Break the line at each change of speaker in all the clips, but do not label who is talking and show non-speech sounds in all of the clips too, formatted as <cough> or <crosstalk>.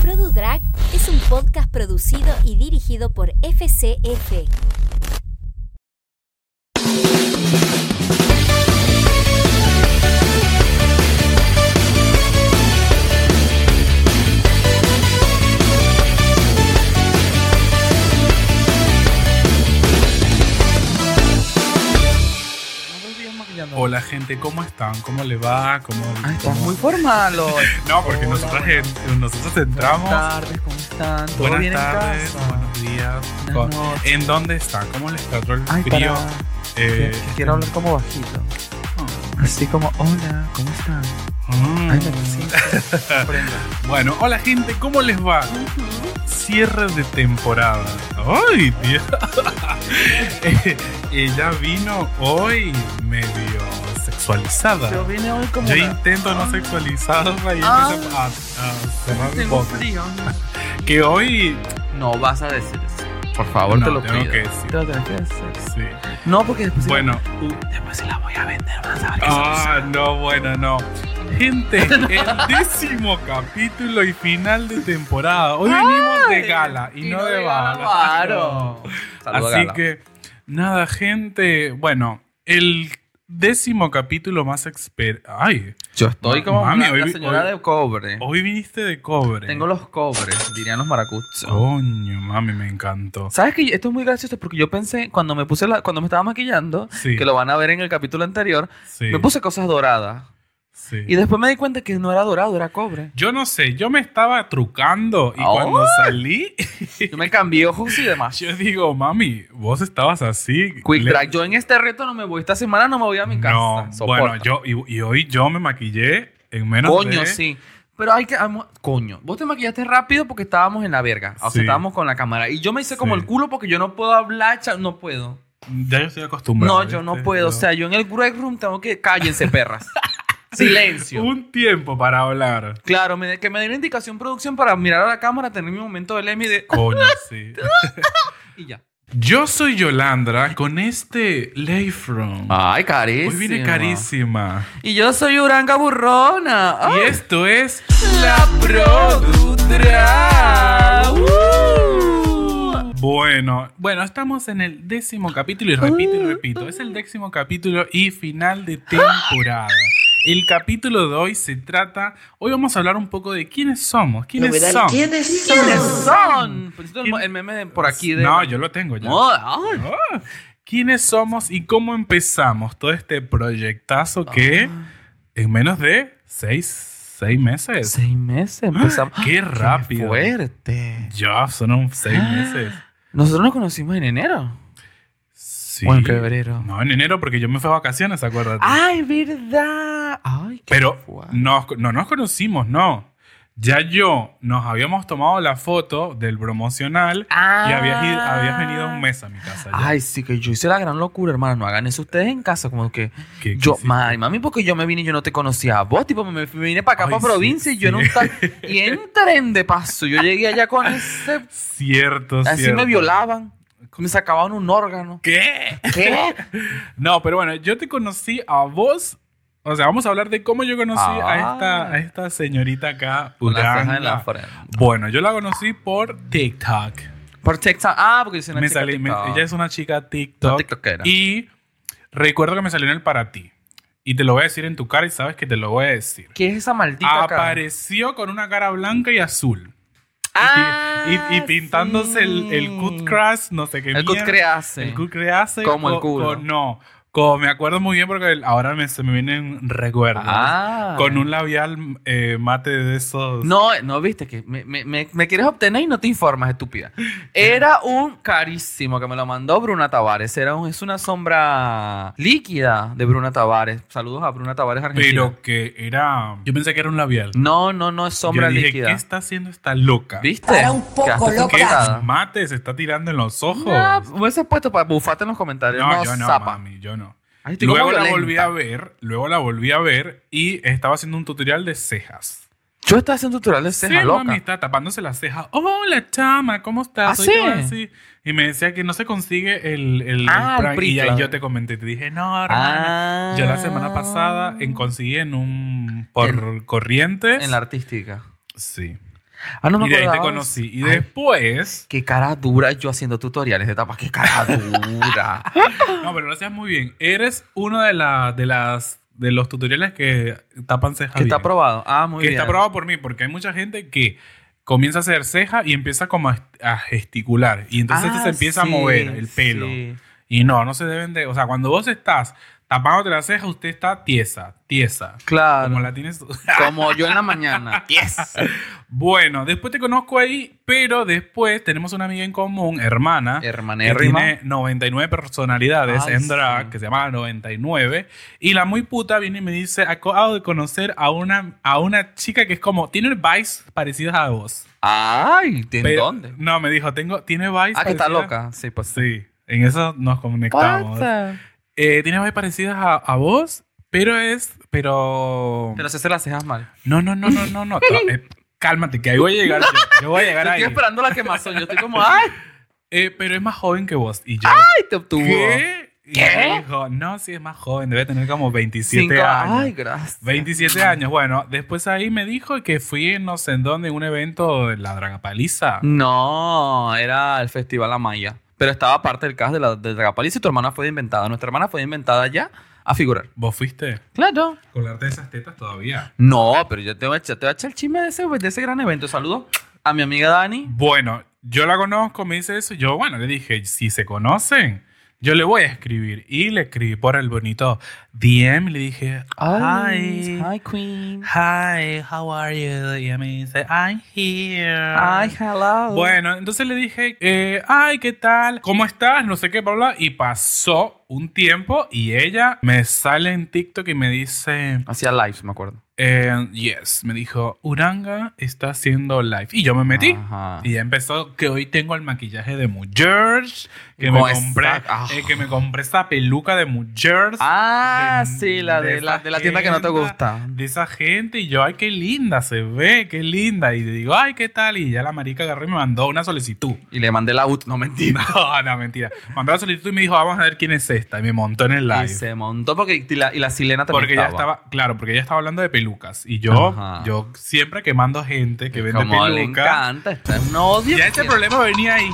Produ Drag es un podcast producido y dirigido por FCF.
Hola gente, ¿cómo están? ¿Cómo le va? ¿Cómo,
Ay,
cómo-
Ah, estamos muy formal hoy.
<laughs> No, porque
Hola,
nosotras
buenas-
en- nosotros
Buenas
entramos.
tardes, ¿cómo están? ¿Todo
Buenas
bien
tardes,
en casa?
buenos días.
Buenas
Con-
noches.
¿En dónde está? ¿Cómo les trató el
Ay,
frío?
para.
Eh, Ah.
que- que Quiero hablar como bajito. Así como, hola, ¿cómo están?
mm.
Ay, me
<laughs>
siento. Prenda.
Bueno, hola gente, ¿cómo les va? Cierre de temporada. ¡Ay, Dios! <laughs> Eh, Ella vino hoy medio sexualizada.
Yo vine hoy como
Yo
una-
intento no
Ay,
sexualizarla y
Ah.
empiezo a, a cerrar mi
Tengo
boca.
frío.
Que hoy
No vas a decir eso. Por favor,
No,
te lo
tengo
pido.
que decir.
Te lo tenés que decir.
Sí.
No, porque después...
Bueno.
Después sí la voy a vender, van a saber que
Ah, no, bueno, no. Gente,
<laughs>
el décimo capítulo y final de temporada. Hoy venimos de gala y, no, de bala. <laughs>
Claro.
Así que, nada, gente. Bueno, el décimo capítulo más exper. Ay,
Yo estoy como
Mami,
una,
hoy
una
vi-
señora
hoy-
de cobre.
hoy viniste de cobre.
Tengo los cobres, dirían los maracuchos.
Oh. Coño, mami, me encantó.
¿Sabes que esto es muy gracioso? Porque yo pensé, cuando me puse la, cuando me estaba maquillando,
Sí.
que lo van a ver en el capítulo anterior,
Sí,
me puse cosas doradas.
sí.
Y después me di cuenta que no era dorado, era cobre.
Yo no sé, yo me estaba trucando y
Ah.
cuando salí,
Yo me cambié ojos y demás.
yo digo, mami, vos estabas así.
Quick
le-
drag, yo en este reto no me voy. Esta semana no me voy a mi casa.
No,
Soporta.
bueno, yo y, y hoy yo me maquillé en menos de...
Coño, sí. Pero hay que... amo- Coño, vos te maquillaste rápido porque estábamos en la verga. O
Sí.
sea, estábamos con la cámara. Y yo me hice como
Sí.
el culo porque yo no puedo hablar, cha- no puedo.
Ya yo estoy acostumbrado.
No, yo no
¿viste?
puedo. O sea, yo en el break room tengo que... Cállense,
<laughs>
perras. Silencio.
Un tiempo para hablar.
Claro, me- que me dé una indicación producción para mirar a la cámara, tener mi momento del Emmy de...
Coño, sí.
Y ya.
Yo soy Yolandra con este Layfrom.
Ay, carísimo.
hoy viene carísima.
Y yo soy Uranga Burrona.
Y
Ay.
esto es...
La Produdra.
Bueno, bueno, estamos en el décimo capítulo y repito y repito, es el décimo capítulo y final de temporada. El capítulo de hoy se trata, hoy vamos a hablar un poco de quiénes somos, quiénes son.
¿Quiénes son?
¿Quiénes son? Pues esto es
¿Quién-
el meme de por aquí de...
No, yo lo tengo ya.
No, ay.
Ah, ¿Quiénes somos y cómo empezamos todo este proyectazo que en menos de seis, seis meses?
Seis meses empezamos.
<gasps>
<gasps>
¡Qué rápido!
fuerte.
Ya, son un seis meses.
Nosotros nos conocimos en enero.
Sí.
O en febrero.
No, en enero porque yo me fui a vacaciones, acuérdate.
Ay, verdad. Ay, Ah, qué
Pero
fuerte.
nos- no nos conocimos, no. Ya yo nos habíamos tomado la foto del promocional y habías, ido-
Ah.
habías venido un mes a mi casa. ya.
Ay, sí, que yo hice la gran locura, hermano. No hagan eso ustedes en casa, como que.
¿Qué- qué
yo,
hiciste?
mami, mami, porque yo me vine y yo no te conocía a vos. Tipo, me, me vine para acá,
Ay,
para
sí,
provincia, y yo en
sí.
un
<laughs>
tal. Y en tren de paso. Yo llegué allá con
<laughs>
ese.
Cierto,
Así
cierto.
me violaban. Me sacaban un órgano.
¿Qué? <laughs>
¿Qué?
No, pero bueno, yo te conocí a vos. O sea, vamos a hablar de cómo yo conocí a,
Ah.
esta, a esta señorita acá.
Con la ceja en
Uranga.
la frente.
Bueno, yo la conocí por TikTok.
Por TikTok. Ah, porque yo soy una
Me
chica
salí- me-
TikTok.
ella es una chica TikTok.
Una tiktokera.
Y recuerdo que me salió en el para ti. Y te lo voy a decir en tu cara y sabes que te lo voy a decir.
¿Qué es esa maldita cara?
Apareció con una cara blanca y azul.
Ah,
y, y- y pintándose el,
sí.
el cut crash, no sé qué
El cut
mierda.
crease.
El cut crease.
Como el culo.
no. Con- me acuerdo muy bien porque el- ahora me, se me vienen recuerdos.
Ah.
Con un labial eh, mate de esos.
No, no, viste que me, me- me- me quieres obtener y no te informas, estúpida. Era un carísimo que me lo mandó Bruna Tavares. Era un- es una sombra líquida de Bruna Tavares. Saludos a Bruna Tavares Argentina.
Pero que era. Yo pensé que era un labial.
No, no, no es sombra
Yo dije,
líquida.
¿qué está haciendo esta loca?
¿Viste?
Era un poco
Quedaste
loca.
¿Qué
asustada.
mate se está tirando en los ojos?
Nah, hubieses puesto para bufarte en los comentarios.
no,
No,
yo no,
zapa.
mami, yo no.
Ay, estoy como
Luego la
violenta.
volví a ver, luego la volví a ver y estaba haciendo un tutorial de cejas.
Yo estaba haciendo tutorial de ceja
sí,
loca.
mami, está tapándose las cejas. Hola, chama, ¿cómo estás?
¿Ah,
Soy yo
sí?
así. Y me decía que no se consigue el, el,
Ah, el
prank. Y
Pritla.
ahí yo te comenté, te dije, no, hermana.
Ah.
Yo la semana pasada en, conseguí en un por
En-
corrientes.
En la artística.
Sí.
Ah, no me
Y de ahí te
acordaba de
conocí.
eso.
Y
Ay,
después.
Qué cara dura yo haciendo tutoriales de tapas. Qué cara
<laughs>
dura.
No, pero lo hacías muy bien. Eres uno de, la, de las de los tutoriales que tapan cejas.
que está
bien.
aprobado. Ah, muy
que
bien.
está aprobado por mí, porque hay mucha gente que comienza a hacer ceja y empieza como a, a gesticular. Y entonces
Ah,
se empieza
sí,
a mover el pelo.
sí.
Y no, no se deben de. O sea, cuando vos estás tapándote la ceja, usted está tiesa, tiesa.
Claro.
Como la tienes.
Como yo en la
<laughs>
mañana. Yes.
bueno, después te conozco ahí, pero después tenemos una amiga en común, hermana. Que
Hermanérrima.
tiene 99 personalidades
Ay,
en drag,
sí.
que se llama 99. Y la muy puta viene y me dice: Acabo de conocer a una, a una chica que es como, tiene vibes parecidas a vos.
Ay, ¿de
Pero-
dónde?
No, me dijo, tengo, tiene vibes
Ah, que está
parecidas-
loca. Sí, pues.
Sí, en eso nos conectamos.
Pasa.
Eh, tiene vibes parecidas a, a vos, pero es. Pero.
Pero si se las cejas mal.
No, no, no, no, no, no. Tra- eh, cálmate, que ahí voy a llegar. yo.
<laughs>
Yo voy a llegar
Yo
ahí.
estoy esperando la quemazón. Yo estoy como, ay,
Eh, pero es más joven que vos. Y yo.
ay, te obtuvo.
¿Qué? Y
¿Qué?
me dijo, no, si es más joven, debe tener como 27
Cinco.
años.
Ay, gracias.
27 años. Bueno, después ahí me dijo que fui no sé en dónde, en un evento de la Dragapaliza.
Mm. No, era el Festival Amaya. Pero estaba parte del cast de la de Dragapaliza y tu hermana fue inventada. Nuestra hermana fue inventada ya a figurar.
¿Vos fuiste?
Claro.
Colarte esas tetas todavía.
No, pero yo te voy a echar, te voy a echar el chisme de ese, de ese gran evento. Saludos a mi amiga Dani.
Bueno, yo la conozco, me dice eso. Yo, bueno, le dije, si se conocen, yo le voy a escribir. Y le escribí por el bonito DM y le dije, hi.
hi Queen.
Hi, how are you? Y ella me dice, I'm here.
Hi, hello.
Bueno, entonces le dije, eh, ay, ¿qué tal? ¿Cómo estás? No sé qué, bla, bla. Y pasó un tiempo y ella me sale en TikTok y me dice,
Hacía lives, me acuerdo.
eh, yes, me dijo, Uranga está haciendo live. Y yo me metí.
Ajá.
Y ya empezó que hoy tengo el maquillaje de mujer, que me
Con esa-
compré,
ah.
eh, que me compré esa peluca de mujer.
Ah, sí, la de, la,
esa
de la tienda que no te
agenda,
gusta.
De esa gente. Y yo, ay, qué linda se ve, qué linda. Y digo, ay, qué tal. Y ya la marica agarró y me mandó una solicitud. <laughs>
Y le mandé la ut, no mentira.
No, no, mentira. Mandó la solicitud y me dijo, vamos a ver quién es esta. Y me montó en el
Y
live.
se montó porque y la, y la silena también
Porque ya estaba, claro, porque ella estaba hablando de pelucas. Y yo,
Ajá.
yo siempre quemando gente que vende
Como le
pelucas.
encanta, está en odio.
Ya este ese problema venía ahí.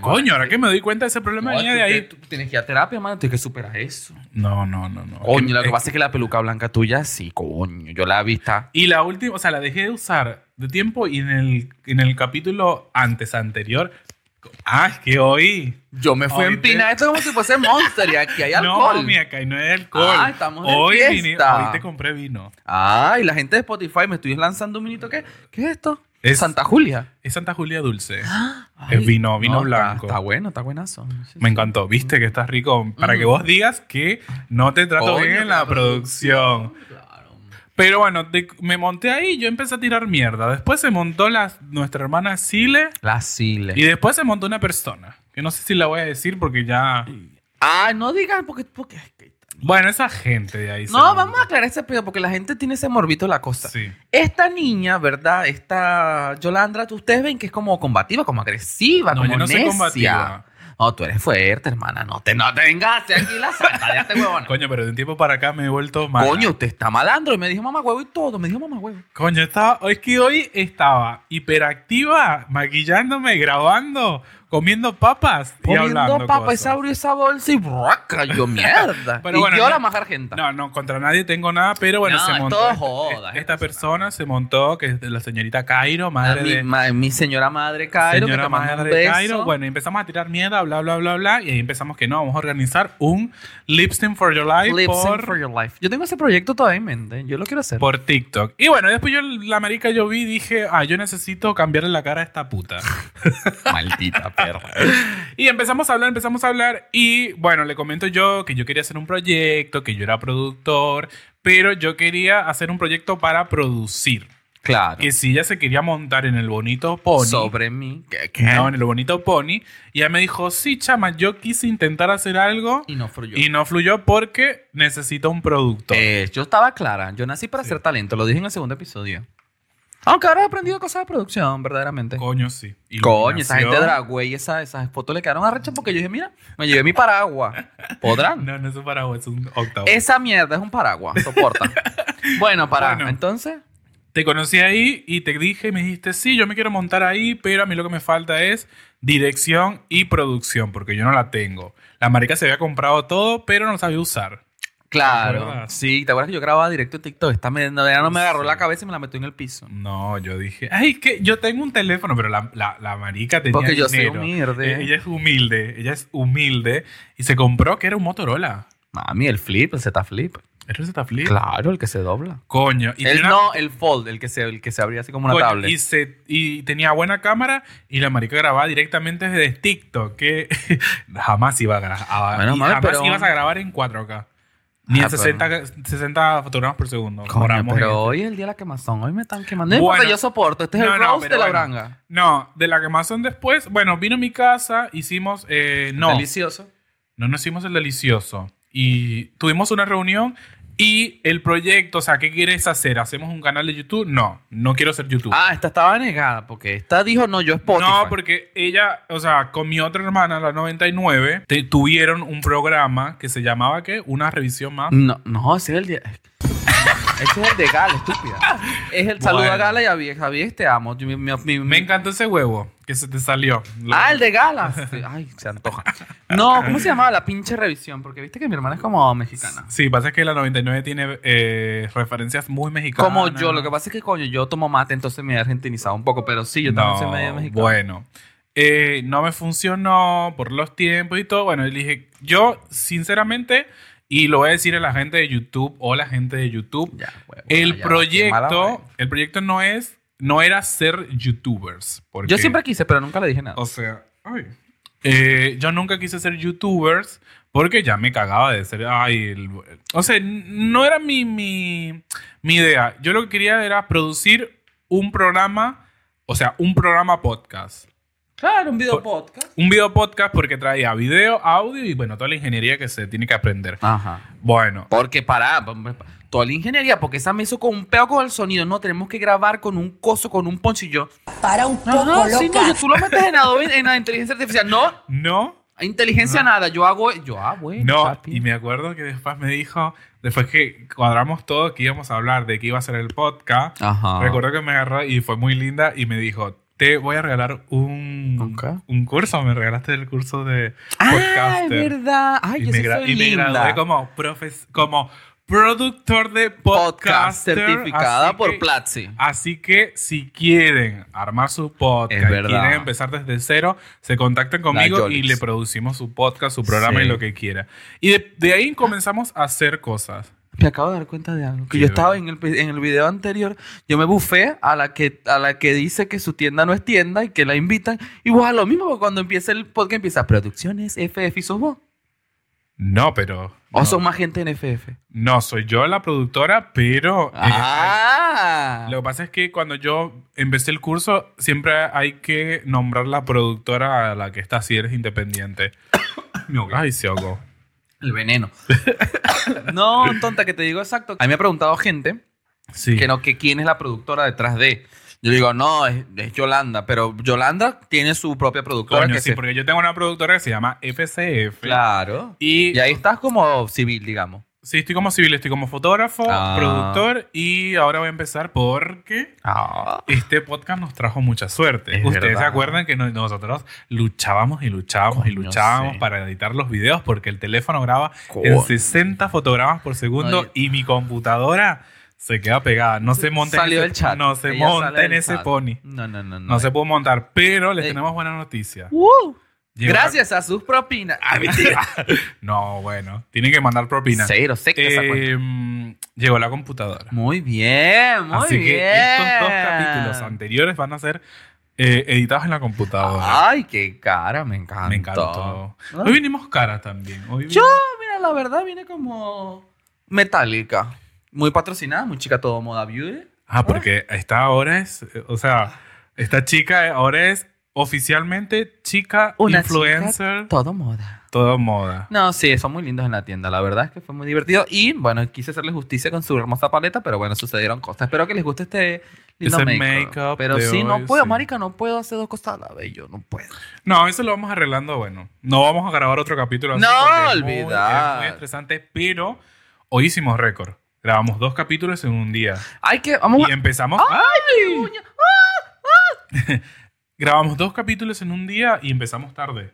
Coño, ahora que me doy cuenta, ese problema venía de ahí.
Tú tienes que ir a terapia, mano. Tienes que superar eso.
No, no, no, no.
Coño, lo que
Eh,
pasa es que la peluca blanca tuya, sí, coño. Yo la he visto.
Y la última, o sea, la dejé de usar de tiempo y en el, en el capítulo antes anterior. Ah, es que hoy.
Yo me fui a
Ay,
empinar esto como si fuese Monster y aquí hay
<laughs> No,
alcohol.
mi acá no hay alcohol.
Ah, estamos de
hoy,
fiesta.
vine- hoy te compré vino.
Ay, la gente de Spotify me estoy lanzando un minito. ¿Qué, ¿Qué es esto?
Es-
Santa Julia.
Es Santa Julia Dulce.
Ah, Ay,
Es vino, vino
no, está-
blanco.
Está, bueno, está buenazo. Sí,
Me
sí.
encantó, viste que estás rico. Para que vos digas que no te trato
Coño,
bien en la
claro.
producción.
Claro.
Pero bueno, de- me monté ahí y yo empecé a tirar mierda. Después se montó la, nuestra hermana Sile
La sile.
y después se montó una persona. Que no sé si la voy a decir porque ya.
Ay, no digas porque... porque es que-
Bueno, esa gente de ahí. se
No,
montó.
vamos a aclarar ese pedo porque la gente tiene ese morbito de la cosa.
Sí.
Esta niña, ¿verdad? Esta Yolandra, tú- ustedes ven que es como combativa, como agresiva,
No,
como
yo no soy
necia.
combativa.
No, tú eres fuerte, hermana. No te, no te vengas aquí la santa de este huevón.
Coño, pero de un tiempo para acá me he vuelto mal.
Coño, usted está malandro. Y me dijo mamá huevo y todo. Me dijo mamá huevo.
Coño, estaba, es que hoy estaba hiperactiva, maquillándome, grabando, comiendo papas y hablando
Comiendo papa,
cosas.
esa abrió esa bolsa y braca, yo mierda.
<laughs> Pero
y
bueno,
yo
no-
la más argenta.
No, no, contra nadie tengo nada, pero bueno,
No,
se
es
montó.
todo
esta-
joda,
esta
es todo
persona se montó, que es de la señorita Cairo,
A
madre
mi,
de.
ma- mi señora madre Cairo, que
señora
te manda un
madre de
beso.
Cairo. Bueno, y empezamos a tirar mierda, bla, bla, bla, bla. Y ahí empezamos que no, vamos a organizar un Lip Sync for Your Life
Lips in
por,
for your life. Yo tengo ese proyecto todavía en mente. Yo lo quiero hacer.
por TikTok. Y bueno, después yo, la marica, yo vi y dije, ah, yo necesito cambiarle la cara a
<laughs>
esta puta.
Maldita perra.
Y empezamos a hablar, empezamos a hablar y bueno, le comento yo que yo quería hacer un proyecto, que yo era productor, pero yo quería hacer un proyecto para producir.
Claro.
Que si ella se quería montar en el bonito pony.
Sobre mí. ¿Qué? qué?
No, en el bonito pony. Y ella me dijo, sí, chama, yo quise intentar hacer algo
Y no fluyó.
y no fluyó porque necesito un productor.
Eh, yo estaba clara. Yo nací para ser talento. Lo dije en el segundo episodio. Aunque ahora he aprendido cosas de producción, verdaderamente.
Coño, sí.
Coño, esa gente de
Iluminación.
Dragway, esa, esas fotos le quedaron arrechas porque yo dije, mira, me llevé mi paraguas.
<laughs>
¿Podrán?
No, no es un paraguas, es un octavo. <laughs>
Esa mierda es un paraguas, soporta. bueno, para,
Bueno.
entonces,
Te conocí ahí y te dije y me dijiste, sí, yo me quiero montar ahí, pero a mí lo que me falta es dirección y producción, porque yo no la tengo. La marica se había comprado todo, pero no lo sabía usar. ¿Te
Claro.
acuerdas?
Sí, ¿te acuerdas que yo grababa directo en TikTok? Esta me, no, ya no me agarró
Sí.
la cabeza y me la metió en el piso.
No, yo dije, ay, que yo tengo un teléfono, pero la, la, la marica tenía
Porque yo soy
dinero.
humilde.
Eh, Ella es humilde, ella es humilde y se compró que era un Motorola.
Mami, el flip, el Z flip.
¿Era un Z Flip?
Claro, el que se dobla.
Coño. Y
el
tenía-
no, el fold, el que se, el que se abría así como una
coño,
tablet.
Y, se- y tenía buena cámara y la marica grababa directamente desde TikTok, que <laughs> jamás iba a grabar.
Bueno,
y
mami,
jamás
pero-
ibas a grabar en 4K. Ni
Ah,
en 60, 60 fotogramas por segundo.
Coño,
Moramos en
pero
esto.
hoy es el día de la quemazón. Hoy me están quemando. No
Bueno.
importa, yo soporto. Este es
No,
el
no,
roast
pero
de la
bueno.
branga.
No, de la quemazón después. Bueno, vino a mi casa, hicimos. eh, no.
Delicioso.
no nos hicimos el delicioso. Y tuvimos una reunión y el proyecto, o sea, ¿qué quieres hacer? ¿Hacemos un canal de YouTube? No, no quiero ser YouTube.
Ah, esta estaba negada porque esta dijo, no, yo Spotify.
No, porque ella, o sea, con mi otra hermana, la 99, te- tuvieron un programa que se llamaba, ¿qué? Una revisión más.
No, no, ese es el día... <laughs> Ese es el de Gala, estúpida. Es el saludo
Bueno.
a Gala y a Vies. A Vies te amo. Yo- mi- mi- mi-
Me encantó ese huevo que se te salió.
Ah, el de Gala. <laughs> Sí, Ay, se antoja. No, ¿cómo se llamaba la pinche revisión? Porque viste que mi hermana es como mexicana.
Sí, pasa que la 99 tiene eh, referencias muy mexicanas.
Como yo, lo que pasa es que, coño, yo tomo mate, entonces me he argentinizado un poco, pero sí, yo también soy medio mexicano.
Bueno, Eh, no me funcionó por los tiempos y todo. Bueno, yo dije, yo sinceramente, y lo voy a decir a la gente de YouTube o la gente de YouTube,
Ya, huevo,
el
ya, qué mala
proyecto,
vaina.
el proyecto no es, no era ser youtubers. Porque,
Yo siempre quise, pero nunca le dije nada.
o sea, ay. Eh, yo nunca quise ser youtubers porque ya me cagaba de ser, ay, el- o sea, n- no era mi, mi, mi idea. Yo lo que quería era producir un programa, o sea, un programa podcast.
Claro, un video podcast.
Un video podcast porque traía video, audio y bueno, toda la ingeniería que se tiene que aprender.
Ah. Ajá.
Bueno,
Porque para, pa- pa- pa- toda la ingeniería, porque esa me hizo con un peo con el sonido. No, tenemos que grabar con un coso, con un ponchillo.
Para un
No,
poco
no,
loca.
sí, no, yo- tú lo metes en Adobe, en la inteligencia artificial. No,
no,
inteligencia nada. Yo hago, yo, ah, bueno,
no.
papi.
Y me acuerdo que después me dijo, después que cuadramos todo, que íbamos a hablar de que iba a ser el podcast,
Ajá.
recuerdo que me agarró y fue muy linda y me dijo, te voy a regalar un,
Ok.
un curso, me regalaste el curso de
Ah, es
podcaster.
verdad. Ay,
y
yo
me,
sí
gra-
soy
y me gradué
linda.
como, profes como productor de
podcast
podcaster.
certificada
así
por
que-
Platzi.
Así que si quieren armar su podcast,
Es verdad.
quieren empezar desde cero, se contactan conmigo y
Yolix.
le producimos su podcast, su programa
Sí.
y lo que quiera. Y de, de ahí comenzamos a hacer cosas.
Me acabo de dar cuenta de algo. Que
Sí,
yo
de
estaba en
verdad.
el, en el video anterior, yo me bufé a la, que, a la que dice que su tienda no es tienda y que la invitan. Y vos a lo mismo, porque cuando empieza el podcast empieza Producciones FF y sos vos.
No, pero.
O
no,
son más gente en FF.
No, soy yo la productora, pero. eh,
Ah.
lo que pasa es que cuando yo empecé el curso, siempre hay que nombrar la productora a la que está si
<coughs>
eres independiente. Me ahogué. Ay, se ahogó.
El veneno. <laughs> no, tonta, que te digo exacto. A mí me ha preguntado gente
Sí.
que no, que quién es la productora detrás de. Yo digo, no, es, es Yolanda, pero Yolanda tiene su propia productora.
Coño,
que
sí,
se-
porque yo tengo una productora que se llama FCF.
Claro.
Y,
Y ahí estás como civil, digamos.
Sí, estoy como civil, estoy como fotógrafo,
Ah.
productor y ahora voy a empezar porque
Ah.
este podcast nos trajo mucha suerte.
Es
Ustedes se
verdad.
acuerdan que no- nosotros luchábamos y luchábamos y
Coño,
luchábamos
sí.
para editar los videos porque el teléfono graba en
Coño.
60 fotogramas por segundo
No,
y mi computadora se queda pegada. No se monta
Salió
en ese,
el chat.
No se
Ella sale
monta en
del
ese
chat.
pony.
No, no, no. No,
No, se pudo montar, pero les
Ey.
tenemos buena noticia.
¡Uh!
Llegó
Gracias a sus propinas. Ah, mentira.
la- <laughs> No, bueno, tienen que mandar propina.
Cero, sé que esa cuenta.
Em, llegó la computadora.
Muy bien, muy
Así
bien.
que estos dos capítulos anteriores van a ser eh, editados en la computadora.
Ay, qué cara, me encantó.
Me encantó.
Ah.
Hoy vinimos cara también. Hoy vinimos-
Yo, mira, la verdad viene como metálica. Muy patrocinada, muy chica todo moda beauty.
Ah, porque esta ahora es, eh, o sea, esta chica ahora es oficialmente chica influencer,
chica todo moda.
todo moda.
No, sí, son muy lindos en la tienda. La verdad es que fue muy divertido. Y bueno, quise hacerle justicia con su hermosa paleta, pero bueno, sucedieron cosas. Espero que les guste este lindo
Ese
make-up.
make-up
pero
de
sí, no
hoy,
puedo,
sí.
marica, no puedo hacer dos cosas a la vez. Yo no puedo.
No, eso lo vamos arreglando, bueno. No vamos a grabar otro capítulo así
No,
porque es muy-
olvidar.
es muy estresante, pero hoy hicimos récord. Grabamos dos capítulos en un día.
Hay que. Vamos
Y empezamos.
¡Ay, mi uña!
Grabamos dos capítulos en un día y empezamos tarde.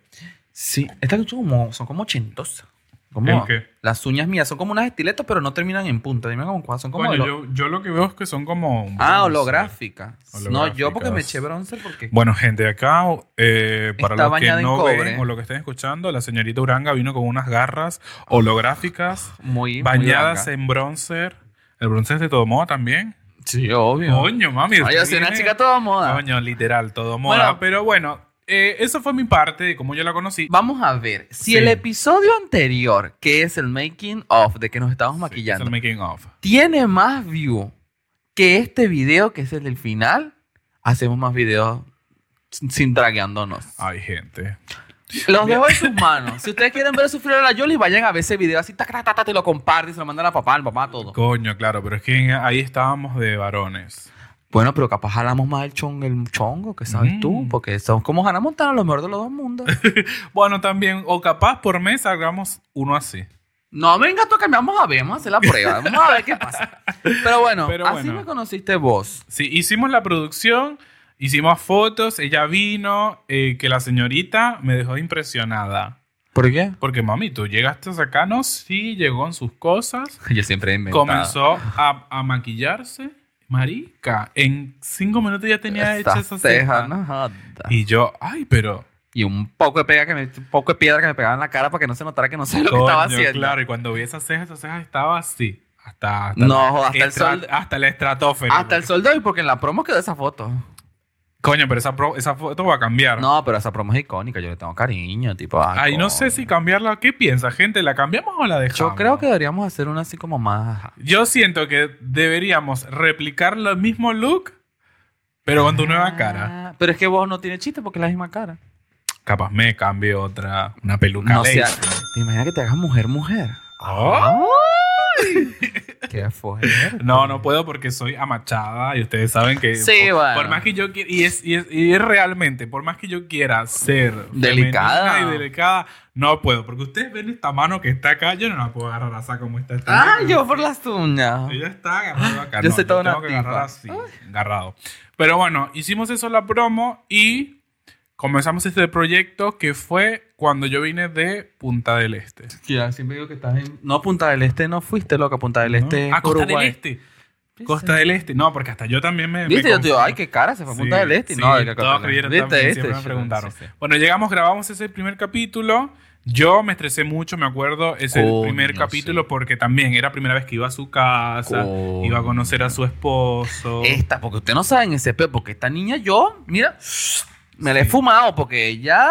Sí, estas son como, son como ochentosas.
¿El
Como
qué?
las uñas mías son como unas estiletos, pero no terminan en punta. Dime como cuáles son como.
Coño,
holo-
yo, yo lo que veo es que son como. un
Ah,
bronce.
holográficas. No, yo porque me
Holográficas.
eché bronce porque.
Bueno, gente, acá, eh, para
Está
los que
bañada en
no
cobre.
ven o lo que estén escuchando, la señorita Uranga vino con unas garras holográficas
muy. muy
bañadas
blanca.
en bronzer. El bronzer es de todo moda también.
Sí, obvio.
Coño, mami.
Ay, yo soy
viene-
una chica toda moda.
Coño, literal, todo moda.
Bueno.
Pero bueno, eh, eso fue mi parte de cómo yo la conocí.
Vamos a ver, si
Sí.
el episodio anterior, que es el making of, de que nos estábamos
Sí, es
maquillando,
el making of.
tiene más view que este video, que es el del final, hacemos más videos sin- sin dragueándonos.
Ay, gente.
<laughs> Los dejo en
<laughs>
sus manos. Si ustedes quieren ver sufrir a la Yoli, vayan a ver ese video así, tacra, tacra, y lo comparten, se lo mandan a papá, al papá, a todo.
Coño, claro, pero es que ahí estábamos de varones.
Bueno, pero capaz jalamos más el chongo, el chongo, que sabes
Mm.
tú, porque somos como Hannah Montana, lo mejor de los dos mundos.
Bueno, también, o capaz por mes hagamos uno así.
No, venga, toca, vamos a ver, vamos a hacer la prueba, vamos a ver qué pasa. Pero bueno,
Pero
así
bueno.
me conociste vos.
Sí, hicimos la producción, hicimos fotos, ella vino, eh, que la señorita me dejó impresionada.
¿Por qué?
Porque, mami, tú llegaste a sacarnos, sí, llegó en sus cosas,
Yo siempre he inventado.
comenzó a, a maquillarse. Marica, en cinco minutos ya tenía hecha esa ceja. Y yo, ay, pero...
Y un poco de pega que me, un poco de piedra que me pegaba en la cara para que no se notara que no sé lo que
Coño,
estaba haciendo.
Claro, y cuando vi esas cejas, esas cejas estaba así. Hasta, hasta
No,
la-
hasta el
estra-
sol-
Hasta la estratosfera.
Hasta el sol de hoy, porque en la promo quedó esa foto.
Coño, pero esa, pro- esa foto va a cambiar.
No, pero esa promo es icónica, yo le tengo cariño, tipo. ah,
Ay, no sé si cambiarla. ¿Qué piensa, gente? ¿La cambiamos o la
Yo
dejamos?
creo que deberíamos hacer una así como más. ah,
Yo siento que deberíamos replicar el mismo look, pero con tu nueva cara.
Ah, Pero es que vos no tienes chiste porque es la misma cara.
Capaz me cambie otra, una peluca.
No sea.
lace.
Te imaginas que te hagas mujer, mujer.
Oh.
Qué fuerte.
No, no puedo porque soy amachada y ustedes saben que
Sí,
por,
bueno.
por más que yo quiera y es, y es- y es realmente por más que yo quiera ser
Delicada.
femenina y delicada no puedo porque ustedes ven esta mano que está acá yo no la puedo agarrar así como está esta
Ah, yo por las uñas.
ella está agarrada acá
Yo
no,
soy Ah, toda una
tengo que
tipa.
agarrar así agarrado pero bueno hicimos eso la promo y comenzamos este proyecto que fue cuando yo vine de Punta del Este
Ya, siempre digo que estás en. No, Punta del Este no fuiste, loca. Punta del Este.
¿No?
es
ah, Costa
Uruguay.
del Este Costa del Este no porque hasta yo también me me
Viste, yo te digo,
confundo.
ay, qué cara, se fue a Punta
Sí,
del Este.
sí,
no, de que
todos creyeron también, siempre me
Sí,
preguntaron.
sí, sí.
Bueno, llegamos, grabamos ese primer capítulo. Yo me estresé mucho, me acuerdo, ese
Coño,
primer capítulo
sí.
porque también era primera vez que iba a su casa,
Coño.
iba a conocer a su esposo.
Esta, porque ustedes no saben ese peo, porque esta niña yo, mira, me la he fumado, porque ya,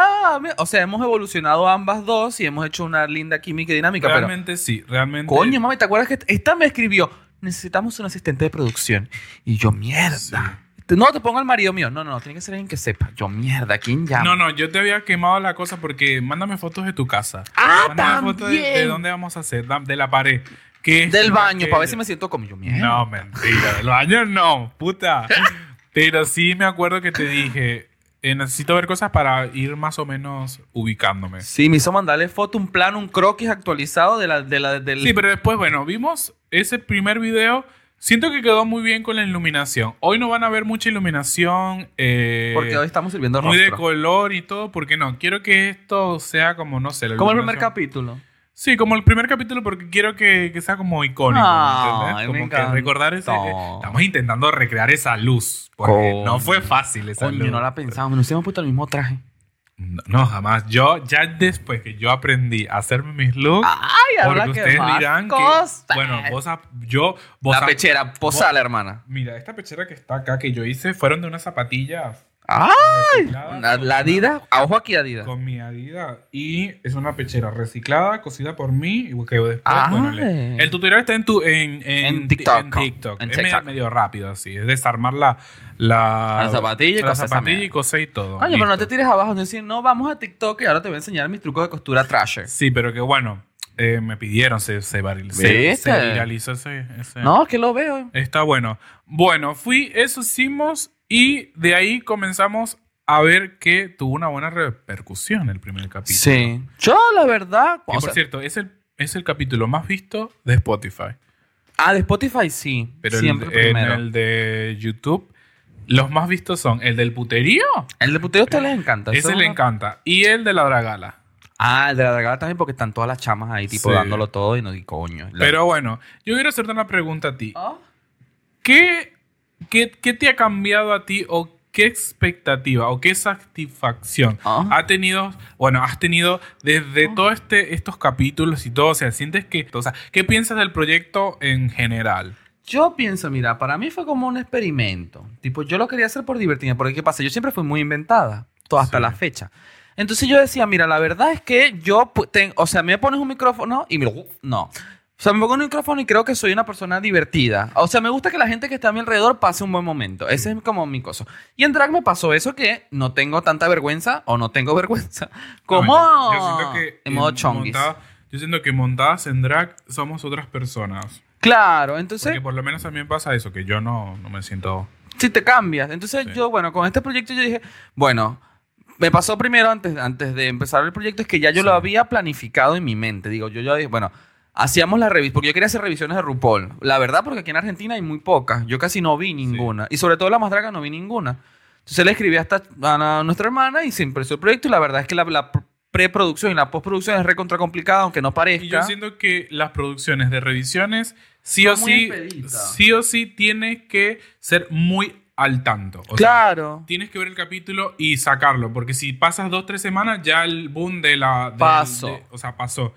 o sea, hemos evolucionado ambas dos y hemos hecho una linda química y dinámica,
realmente sí, realmente.
pero... Coño, mami, ¿te acuerdas que esta me escribió? Necesitamos un asistente de producción. Y yo, mierda.
Sí.
Te- No, te pongo al marido mío. No, no, no, tiene que ser alguien que sepa. Yo, mierda, ¿quién llama?
No, no, yo te había quemado la cosa porque mándame fotos de tu casa.
Ah,
mándame fotos de,
también.
de dónde vamos a hacer, da- de la pared. ¿Qué es
Del baño, para ver si
aquello?
me siento como yo, mierda.
No, mentira. Del baño no, puta. Pero sí me acuerdo que te dije, eh, necesito ver cosas para ir más o menos ubicándome.
Sí, me hizo mandarle foto, un plan, un croquis actualizado de la, de la, del...
Sí, pero después, bueno, vimos ese primer video. Siento que quedó muy bien con la iluminación. Hoy no van a ver mucha iluminación. eh,
Porque hoy estamos sirviendo
muy de
rostro.
color y todo, porque no, quiero que esto sea como, no sé, la
Como el primer
iluminación-
capítulo.
Sí, como el primer capítulo porque quiero que, que sea como icónico,
Ay,
¿entendés?
me
Como que
encantó.
recordar ese... eh, Estamos intentando recrear esa luz, porque
Coño.
no fue fácil esa
Coño,
luz.
no la pensábamos. Nos hemos puesto el mismo traje.
No, no, jamás. Yo, ya después que yo aprendí a hacerme mis looks,
Ay,
porque ustedes dirán que... Bueno, vos... ap- Yo... Vos
la
ap-
pechera, posala, hermana.
Mira, esta pechera que está acá que yo hice fueron de unas zapatillas.
¡Ah!
recicladas
La,
con-
la Adidas, a ojo aquí Adidas.
Con mi Adidas. Y es una pechera reciclada, cocida por mí. Y que después,
Ah.
bueno, le- el tutorial está en, tu, en, en,
En TikTok.
en TikTok.
En
es me-
TikTok.
Medio, rápido así. Es desarmar la, la,
La zapatilla y
la
coser esa
zapatilla
mierda.
y coser y todo.
Coño, pero no te
Listo.
tires abajo. No decir, no, vamos a TikTok y ahora te voy a enseñar mis trucos de costura trasher.
Sí, pero que bueno. eh, me pidieron, se, se, varil- se,
¿Viste?
se viralizó ese, ese-
No, es que lo veo.
Está bueno. Bueno, fui, eso hicimos y de ahí comenzamos a ver que tuvo una buena repercusión el primer capítulo.
Sí. Yo, la verdad.
Que,
o
por
sea,
cierto, es el, es el capítulo más visto de Spotify.
Ah, de Spotify sí.
Pero el-
Siempre
en
primero. El,
el de YouTube, los más vistos son el del puterío.
de puteo a ustedes les encanta. eso
Ese
es
le
una-
encanta. Y el de la dragala.
Ah, el de la dragada también porque están todas las chamas ahí, tipo,
Sí.
dándolo todo y no di coño. La-
Pero bueno, yo quiero hacerte una pregunta a ti.
Ah.
¿Qué, qué, qué te ha cambiado a ti o qué expectativa o qué satisfacción
Ah.
ha tenido, bueno, has tenido desde todos este, estos capítulos y todo? O sea, sientes que, o sea, ¿qué piensas del proyecto en general?
Yo pienso, mira, para mí fue como un experimento. Tipo, yo lo quería hacer por divertirme, porque ¿qué pasa? Yo siempre fui muy inventada, to- hasta
Sí.
la fecha. Entonces yo decía, mira, la verdad es que yo, pu- ten- o sea, me pones un micrófono y me lo- no. O sea, me pongo un micrófono y creo que soy una persona divertida. O sea, me gusta que la gente que está a mi alrededor pase un buen momento. Ese es como mi cosa. Y en drag me pasó eso que no tengo tanta vergüenza o no tengo <laughs> vergüenza como
No, yo, Ah, yo siento que
en modo
en
chonguis.
montada- yo siento que montadas en drag somos otras personas.
Claro, entonces...
Porque por lo menos a mí me pasa eso, que yo no, no me siento...
si te cambias. Entonces
Sí.
yo, bueno, con este proyecto yo dije, bueno, me pasó primero antes, antes de empezar el proyecto, es que ya yo lo
Sí.
había planificado en mi mente. Digo, yo ya dije, bueno, hacíamos la revisión, porque yo quería hacer revisiones de RuPaul. La verdad, porque aquí en Argentina hay muy pocas. Yo casi no vi ninguna. Y sobre todo la más draga no vi ninguna. Entonces le escribí hasta a a nuestra hermana y se empezó el proyecto. Y la verdad es que la, la pr- preproducción y la postproducción es recontra complicada, aunque no parezca.
Y yo siento que las producciones de revisiones sí
Son
o
muy
sí,
expeditas.
sí o sí tiene que ser muy al tanto. O sea,
claro.
tienes que ver el capítulo y sacarlo, porque si pasas dos, tres semanas ya el boom de la... del-
Pasó.
de- o sea, pasó.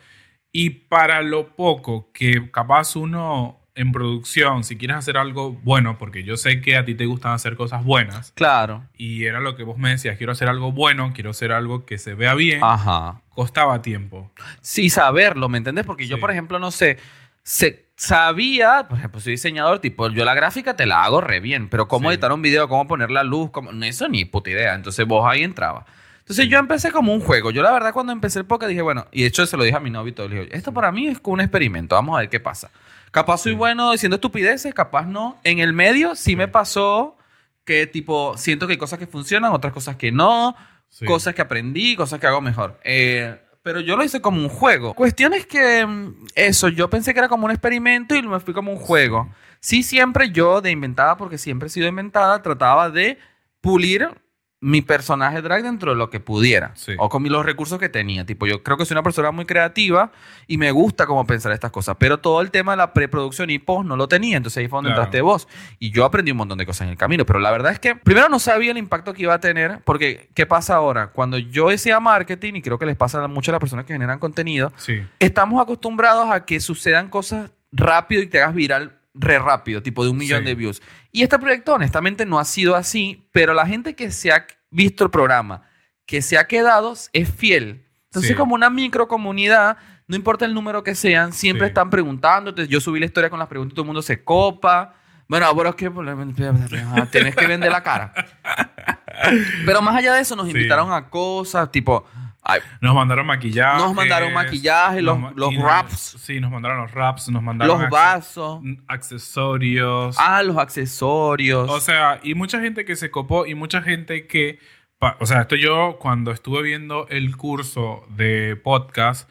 Y para lo poco que capaz uno en producción, si quieres hacer algo bueno, porque yo sé que a ti te gustan hacer cosas buenas,
Claro.
y era lo que vos me decías, quiero hacer algo bueno, quiero hacer algo que se vea bien,
Ajá.
costaba tiempo.
sí saberlo, ¿me entendés? Porque yo,
Sí.
por ejemplo, no sé, se, sabía, por ejemplo, soy diseñador, tipo, yo la gráfica te la hago re bien, pero cómo
Sí.
editar un video, cómo poner la luz, cómo, eso ni puta idea. Entonces vos ahí entraba. Entonces yo empecé como un juego. Yo la verdad cuando empecé el podcast dije, bueno, y de hecho se lo dije a mi novio y todo, le dije, esto para mí es como un experimento, vamos a ver qué pasa. Capaz soy bueno diciendo estupideces, capaz no. En el medio sí me pasó que tipo, siento que hay cosas que funcionan, otras cosas que no
Sí.
cosas que aprendí, cosas que hago mejor. Eh, pero yo lo hice como un juego. Cuestión es que mm, eso, yo pensé que era como un experimento y me fui como un juego. Sí, siempre yo de inventada, porque siempre he sido inventada, trataba de pulir mi personaje drag dentro de lo que pudiera
Sí.
o con mi- los recursos que tenía. Tipo, yo creo que soy una persona muy creativa y me gusta como pensar estas cosas, pero todo el tema de la preproducción y post no lo tenía, entonces ahí fue donde
Claro.
entraste vos. Y yo aprendí un montón de cosas en el camino, pero la verdad es que primero no sabía el impacto que iba a tener, porque ¿qué pasa ahora? Cuando yo decía marketing, y creo que les pasa mucho a las personas que generan contenido,
Sí.
estamos acostumbrados a que sucedan cosas rápido y te hagas viral re rápido, tipo de un millón
Sí.
de views. Y este proyecto honestamente no ha sido así, pero la gente que se ha visto el programa, que se ha quedado, es fiel. Entonces
Sí.
como una micro comunidad, no importa el número que sean, siempre
Sí.
están preguntándote. Yo subí la historia con las preguntas y todo el mundo se copa. Bueno, ahora es que pues, ah, tienes que vender la
<laughs>
cara. Pero más allá de eso, nos
Sí.
invitaron a cosas, tipo, ay,
Nos mandaron maquillaje.
nos mandaron maquillaje, los,
Nos ma-
los
y nos-
raps,
Sí, nos mandaron los raps, nos mandaron
los
acce-
vasos,
accesorios.
ah, los accesorios.
O sea, y mucha gente que se copó y mucha gente que... pa- O sea, esto yo cuando estuve viendo el curso de podcast,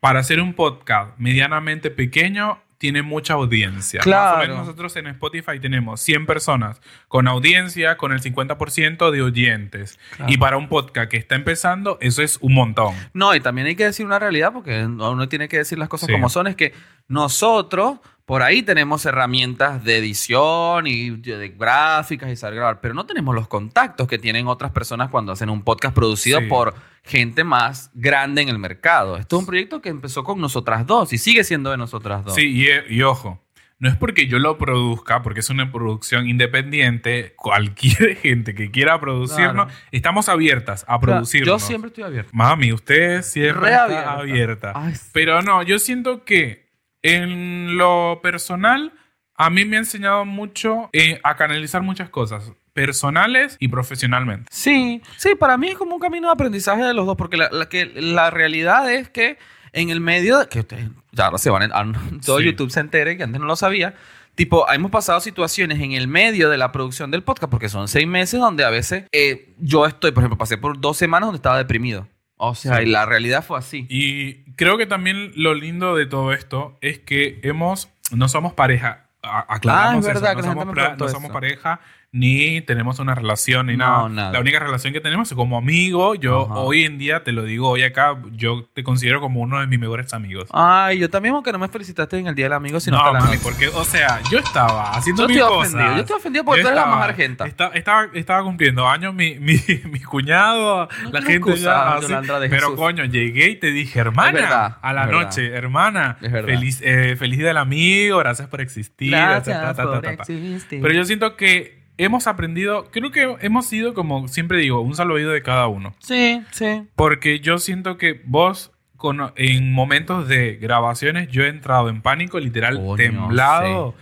para hacer un podcast medianamente pequeño, tiene mucha audiencia. Más o
Claro.
menos nosotros en Spotify tenemos 100 personas con audiencia, con el 50% de oyentes.
Claro.
Y para un podcast que está empezando, eso es un montón.
no, y también hay que decir una realidad, porque uno tiene que decir las cosas
Sí.
como son, es que nosotros por ahí tenemos herramientas de edición y de gráficas y saber grabar, pero no tenemos los contactos que tienen otras personas cuando hacen un podcast producido
Sí.
por gente más grande en el mercado. Esto es un proyecto que empezó con nosotras dos y sigue siendo de nosotras dos.
Sí, y, eh, y ojo, no es porque yo lo produzca, porque es una producción independiente. Cualquier <laughs> gente que quiera producirnos,
Claro.
estamos abiertas a
O sea,
producirnos.
Yo siempre estoy abierto.
Mami, usted siempre
Re
está
abierta.
abierta.
Ay, sí.
Pero no, yo siento que en lo personal, a mí me ha enseñado mucho eh, a canalizar muchas cosas, personales y profesionalmente.
Sí, sí, para mí es como un camino de aprendizaje de los dos, porque la, la que, la realidad es que en el medio, que ustedes, ya ahora se van, en- ahora <laughs> todo
Sí.
YouTube se entere, que antes no lo sabía, tipo, hemos pasado situaciones en el medio de la producción del podcast, porque son seis meses donde a veces eh, yo estoy, por ejemplo, pasé por dos semanas donde estaba deprimido. O sea,
Sí.
y la realidad fue así.
Y creo que también lo lindo de todo esto es que hemos no somos pareja. A- Aclaramos
Ah, es
eso,
verdad, que la
no,
gente
somos,
me
pra-
preguntó
no somos
eso.
pareja, ni tenemos una relación, ni
No,
nada.
nada.
La única relación que tenemos es como amigo. Yo
Ajá.
hoy en día, te lo digo hoy acá, yo te considero como uno de mis mejores amigos.
Ay, yo también, aunque no me felicitaste en el Día del Amigo, sino
no,
hasta la
mami,
noche.
porque, o sea, yo estaba haciendo
Yo
mil
estoy
cosas.
ofendido, yo estoy ofendido porque
Yo
tú eres la
estaba-
más argenta.
esta- estaba, estaba cumpliendo años mi, mi, <laughs> mi cuñado, la
quiero
gente ya
excusar,
así.
Yolanda de
Pero
Jesús.
coño, llegué y te dije, hermana,
verdad,
a la
es verdad.
noche, hermana,
Es verdad.
feliz, eh, feliz del amigo, gracias por existir. ta, ta, ta, ta, ta, ta. Pero yo siento que hemos aprendido, creo que hemos sido, como siempre digo, un salvavido de cada uno.
Sí, sí.
Porque yo siento que vos, con- en momentos de grabaciones, yo he entrado en pánico, literal,
Coño,
temblado.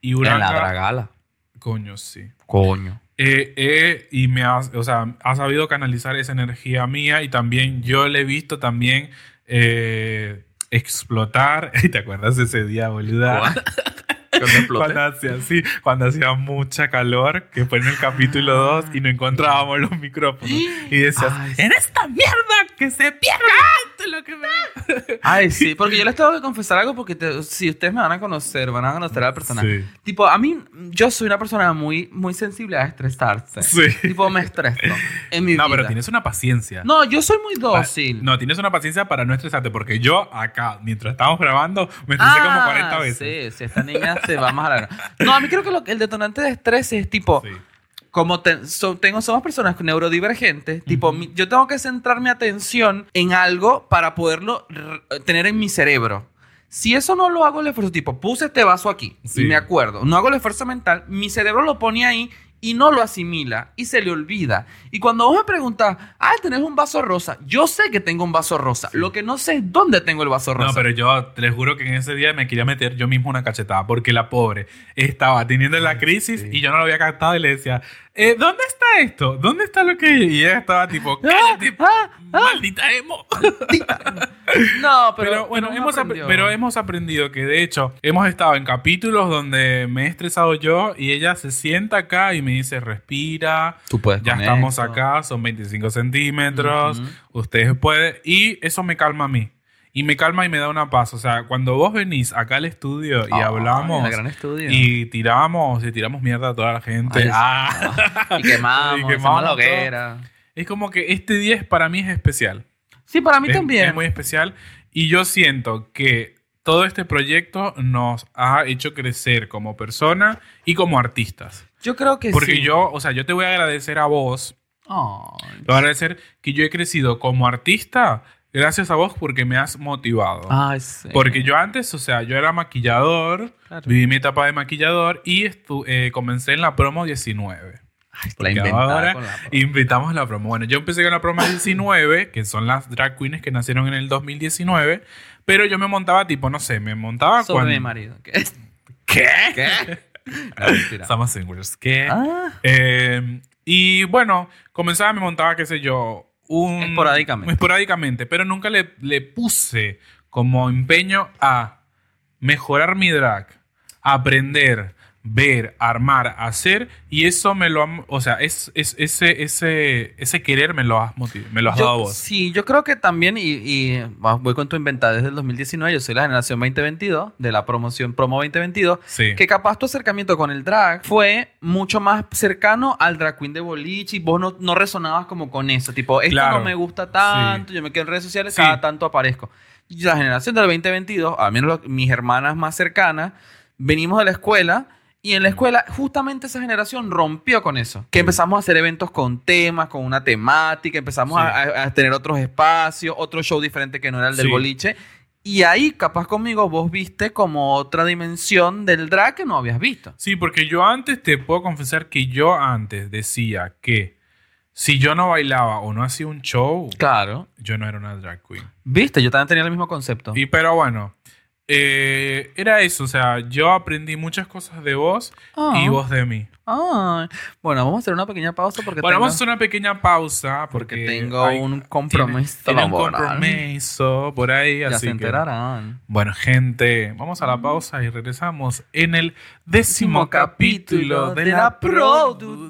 Y una
en la dragala.
Coño, sí.
Coño.
Eh, eh, y me ha, o sea, ha sabido canalizar esa energía mía y también yo le he visto también eh, explotar. <laughs> ¿Te acuerdas ese día, boluda?
Cuando exploté.
<laughs> Cuando hacía, sí, cuando hacía mucha calor, que fue en el capítulo 2 y no encontrábamos los micrófonos. Y decías,
Ay, Ah. sí. Ah.
en esta mierda que se pierda esto es lo que me...
Ay, sí, porque yo les tengo que confesar algo porque te- si ustedes me van a conocer, van a conocer a la persona.
Sí.
Tipo, a mí, yo soy una persona muy, muy sensible a estresarse.
Sí.
Tipo, me estreso en mi
No,
vida.
pero tienes una paciencia.
No, yo soy muy
Pa-
dócil.
No, tienes una paciencia para no estresarte, porque yo acá, mientras estábamos grabando, me estresé
Ah,
como 40 veces.
Sí, sí, esta niña se va más a la gran- No, a mí creo que lo- el detonante de estrés es tipo,
Sí.
como te- so- tengo, somos personas neurodivergentes, tipo, mi- yo tengo que centrar mi atención en algo para poderlo r- tener en mi cerebro. Si eso no lo hago el esfuerzo, tipo, puse este vaso aquí,
Sí.
y me acuerdo, no hago el esfuerzo mental, mi cerebro lo pone ahí y no lo asimila y se le olvida. Y cuando vos me preguntas, ah, tenés un vaso rosa, yo sé que tengo un vaso rosa, lo que no sé es dónde tengo el vaso rosa.
No, pero yo te les juro que en ese día me quería meter yo mismo una cachetada, porque la pobre estaba teniendo la crisis y yo no lo había captado y le decía, eh, ¿dónde está esto? ¿Dónde está lo que...? Y ella
<laughs>
estaba tipo, cállate,
Ah, ah,
maldita emo.
No, pero,
<laughs> Pero, bueno,
uno
hemos, apre-
aprendió.
pero hemos aprendido que de hecho hemos estado en capítulos donde me he estresado yo y ella se sienta acá y me dice, respira,
Tú puedes
Ya
con
estamos
eso.
acá, son 25 centímetros,
Ujú.
ustedes pueden, y eso me calma a mí. Y me calma y me da una paz. O sea, cuando vos venís acá al estudio y
Ay,
hablamos
Ah, el gran estudio.
y tiramos, y tiramos mierda a toda la gente.
Ay,
ah,
<laughs>
<laughs>
Y quemamos,
Y
y
quemamos
quemamos la
todo.
hoguera.
Es como que este día es- para mí es especial.
Sí, para mí
es,
también.
Es muy especial. Y yo siento que todo este proyecto nos ha hecho crecer como persona y como artistas.
Yo creo que
Porque
Pues sí.
yo, o sea, yo te voy a agradecer a vos
Ay.
Te voy a agradecer que yo he crecido como artista gracias a vos porque me has motivado.
Ay, sí.
Porque yo antes, o sea, yo era maquillador,
Claro.
viví mi etapa de maquillador y estu- eh, comencé en la promo 19.
Ay, la
Porque
inventada
ahora Ah,
con la pro-
invitamos la promo. Bueno, yo empecé con la promo 19, que son las drag queens que nacieron en el 2019, pero yo me montaba tipo, no sé, me montaba
Sobre mi
cuando...
marido. ¿Qué?
¿Qué?
¿Qué? <laughs> No, mentira.
Estamos singles. ¿Qué?
Ah,
Eh, y bueno, comenzaba, me montaba, qué sé yo, un...
Esporádicamente.
Esporádicamente, pero nunca le, le puse como empeño a mejorar mi drag, aprender, ver, armar, hacer, y eso me lo... han- O sea, es, es- ese, ese, ese querer me lo has, motiv- me lo has
yo-
dado vos.
sí, yo creo que también, y, y, ah, voy con tu inventada desde el 2019, yo soy la generación 2022, de la promoción Promo 2022,
Sí.
que capaz tu acercamiento con el drag fue mucho más cercano al drag queen de boliche y vos no, no resonabas como con eso. Tipo, esto
Claro.
no me gusta tanto, yo me quedo en redes sociales,
Sí.
cada tanto aparezco. Y La generación del 2022, al menos lo- mis hermanas más cercanas, venimos de la escuela y en la
Mm.
escuela justamente esa generación rompió con eso. Que empezamos a hacer eventos con temas, con una temática, empezamos
Sí.
a, a- a tener otros espacios, otro show diferente que no era el del
Sí.
boliche. Y ahí, capaz conmigo, vos viste como otra dimensión del drag que no habías visto.
Sí, porque yo antes te puedo confesar que yo antes decía que si yo no bailaba o no hacía un show,
Claro.
yo no era una drag queen.
Viste, yo también tenía el mismo concepto.
Y pero bueno, eh, era eso, o sea, yo aprendí muchas cosas de vos
Ah.
y vos de mí.
Ay. Bueno, vamos a hacer una pequeña pausa porque
Bueno,
tengo,
vamos a hacer una pequeña pausa porque,
porque tengo
hay-
un compromiso
tiene, tiene un
laboral.
compromiso por ahí,
Ya
así
se
que
enterarán.
Bueno, gente, vamos a la pausa y regresamos en el décimo capítulo de la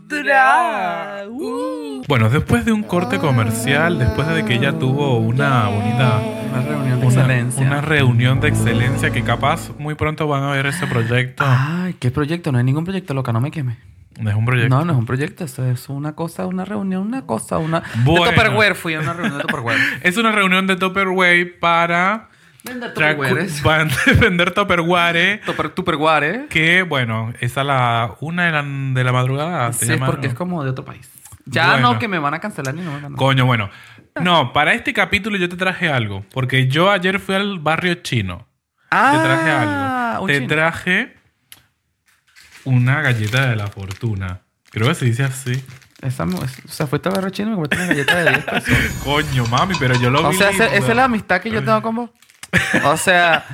productora.
Uh.
Bueno, después de un corte comercial, después de que ella tuvo una bonita
Una reunión de
una,
excelencia.
una reunión de excelencia que capaz muy pronto van a ver ese proyecto.
Ay, ¿qué proyecto? No hay ningún proyecto, loca, no me queme.
No es un proyecto.
No, no es un proyecto, eso es una cosa, una reunión, una cosa, una.
Bueno.
De Tupperware fui a una reunión de Tupperware. <laughs>
Es una reunión de Tupperware para,
Vende
tracu- para <laughs> vender Tupperware.
Tupper- Tupperware, ¿eh?
Que bueno, es a la una de la, de la madrugada. Ah, se
Sí,
llama,
porque
¿no?
es como de otro país. Ya
Bueno.
no, que me van a cancelar ni no me van a
Coño, bueno. No, para este capítulo yo te traje algo. Porque yo ayer fui al barrio chino. Te traje algo.
Ah, un
Te
chino.
traje una galleta de la fortuna. Creo que se dice así. <laughs>
Esa mu- o sea, fuiste a barrio chino y me compraste una galleta de 10
<laughs>
pesos.
Coño, mami, pero yo lo
O
vi
sea, esa,
lindo.
esa es la amistad que yo tengo con vos. O sea,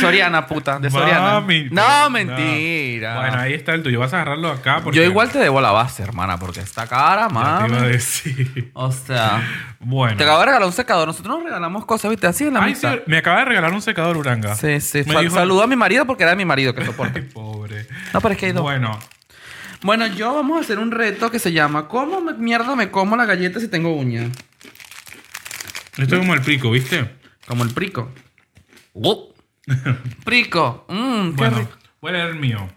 Soriana, puta, de Soriana.
Mami, pero-
no, mentira.
Bueno, ahí está el tuyo. Vas a agarrarlo acá. Porque
yo igual te debo la base, hermana, porque está cara,
Ya te iba a
mami.
decir. <laughs>
O sea,
Bueno.
te acabo de regalar un secador. Nosotros nos regalamos cosas, ¿viste? Así es la
Ay,
amistad.
sí, me acaba de regalar un secador Uranga.
Sí, sí.
Me
Fa-
dijo-
Saludo a mi marido porque era mi marido que soporta.
Ay, pobre.
No, pero es que hay dos.
Bueno,
Bueno, yo vamos a hacer un reto que se llama ¿Cómo me- mierda me como la galleta si tengo uña?
esto es como el pico, ¿viste?
Como el prico. <laughs> prico. Mmm, qué
Bueno,
rico.
voy a leer el mío.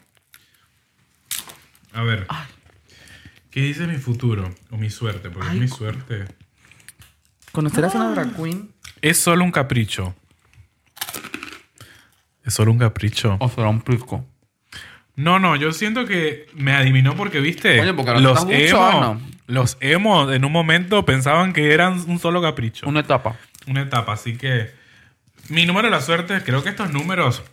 A ver. ¿Qué dice mi futuro? O mi suerte, porque
Ay,
mi
co-
suerte.
¿Conocerás a una drag queen?
Es solo un capricho. Es solo un capricho.
O será un prico.
No, no, yo siento que me adivinó porque, viste,
Coño, porque ahora
los
estás ah,
emo,
buchona.
los emo en un momento pensaban que eran un solo capricho.
Una etapa.
una etapa. Así que mi número de la suerte, creo que estos números,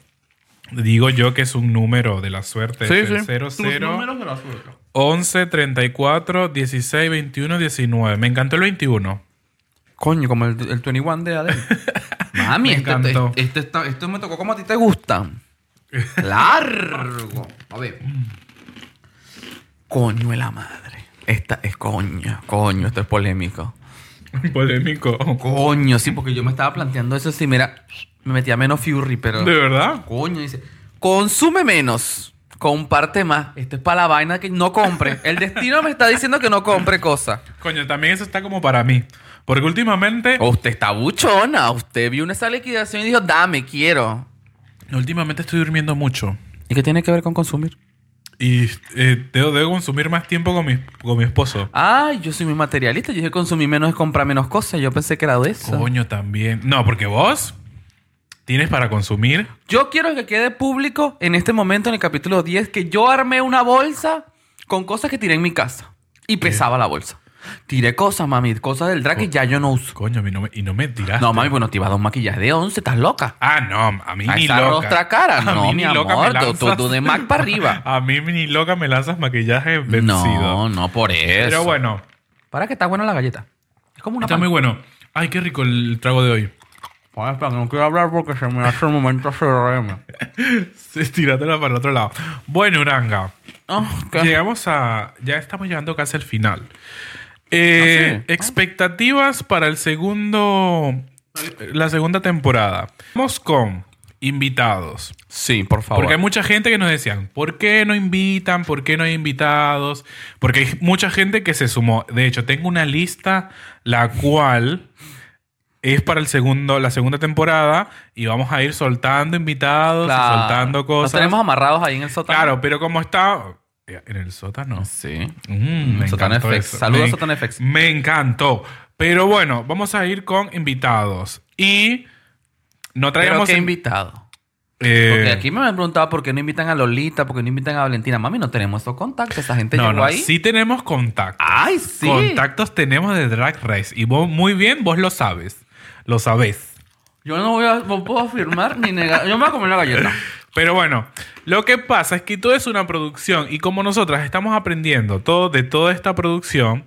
digo yo que es un número de la suerte. es el 00,
de la suerte.
11, 34, 16, 21, 19. Me encantó
<laughs>
el 21.
Coño, como el, el 21 de Adele. Mami,
Me
este,
encantó.
este, este está- esto me tocó como a ti te gusta.
<laughs>
Largo. A ver. Coño de la madre. Esta es coño, coño, esto es polémico.
Polémico.
Coño, sí, porque yo me estaba planteando eso sí, mira, me metía menos Fury, pero...
¿De verdad?
Coño, dice, consume menos, comparte más. Esto es para la vaina que no compre. El destino me está diciendo que no compre cosas.
Coño, también eso está como para mí. Porque últimamente,
O Oh, usted está buchona, usted vio una esa liquidación y dijo, dame, quiero.
últimamente estoy durmiendo mucho.
¿Y qué tiene que ver con consumir?
Y eh, debo, debo consumir más tiempo con mi, con mi esposo.
Ay, yo soy muy materialista. Yo dije consumir menos es comprar menos cosas. Yo pensé que era de eso.
Coño, también. No, porque vos tienes para consumir.
Yo quiero que quede público en este momento, en el capítulo 10, que yo armé una bolsa con cosas que tiré en mi casa. Y pesaba la bolsa. Tiré cosas, mami. Cosas del drag que ya yo no uso.
Coño, a mí no me- y no me tiraste.
No, mami, bueno, te iba a dar un maquillaje de 11. Estás loca.
Ah, no, a mí
A
ni
esa
loca.
rostra cara.
A
no,
mí
mi
ni loca
amor.
me
tú- tú-
lanzas-
tú de Mac para arriba.
<laughs> A mí ni loca me lanzas maquillaje vencido.
no, no por eso.
Pero bueno,
Para que está buena la galleta. Es como una
está
pan-
muy bueno. Ay, qué rico el trago de hoy. <laughs>
Ay, espera, que Pues, no quiero hablar porque se me hace el momento CRM.
Sí, Tíratela para el otro lado. Bueno, Uranga,
Ah, ¿qué?
llegamos a... Ya estamos llegando casi al final. Eh,
¿Ah, sí? Ah.
Expectativas para el segundo... La segunda temporada. Vamos con invitados.
Sí, por favor.
Porque hay mucha gente que nos decían, ¿por qué no invitan? ¿Por qué no hay invitados? Porque hay mucha gente que se sumó. De hecho, tengo una lista la cual es para el segundo, la segunda temporada y vamos a ir soltando invitados, y
Claro.
soltando
Nos
cosas.
tenemos amarrados ahí en el sótano.
claro, pero como está eh, en el sótano.
Sí.
Mm, me
Sotana
encantó
FX.
eso.
Saludos,
Me-
Sotana FX.
Me encantó. Pero bueno, vamos a ir con invitados y no
Pero
traigamos
qué
in-
invitado.
eh,
Porque aquí me han preguntado por qué no invitan a Lolita, por qué no invitan a Valentina. Mami, no tenemos esos contactos. Esa gente
no,
llegó
no,
ahí.
sí tenemos contactos.
Ay, sí.
Contactos tenemos de Drag Race. Y vos, muy bien, vos lo sabes. Lo sabés.
Yo no voy a, no puedo afirmar ni negar. Yo me voy a comer la galleta.
Pero bueno, lo que pasa es que todo es una producción. Y como nosotras estamos aprendiendo todo de toda esta producción,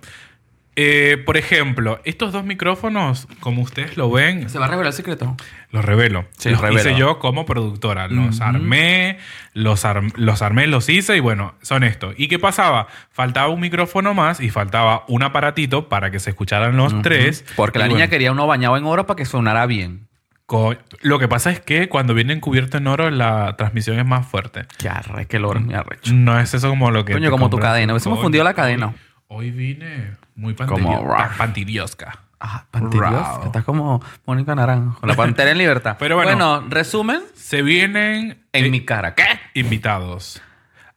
Eh, por ejemplo, estos dos micrófonos, como ustedes lo ven,
Se va a revelar el secreto.
los revelo.
Sí,
los
revela.
hice yo como productora. Los
Ujú.
armé, los, ar- los armé, los hice y bueno, son estos. ¿Y qué pasaba? Faltaba un micrófono más y faltaba un aparatito para que se escucharan los tres.
Porque la
Y
niña
bueno,
quería uno bañado en oro para que sonara bien.
co- Lo que pasa es que cuando viene encubierto en oro, la transmisión es más fuerte.
Qué arre, qué logro, mi arrecho.
No es eso como lo que.
Coño,
te
como tu
compras.
cadena. Hubiésemos
Coño,
fundido la cadena.
Hoy, hoy vine muy
Como
panteriosca.
raf.
pantiriosca.
Ah,
Rao.
panterios. Estás como Mónica Naranjo. Con la pantera en libertad.
Pero bueno.
resumen
Se vienen
en
eh,
mi cara. ¿Qué?
invitados,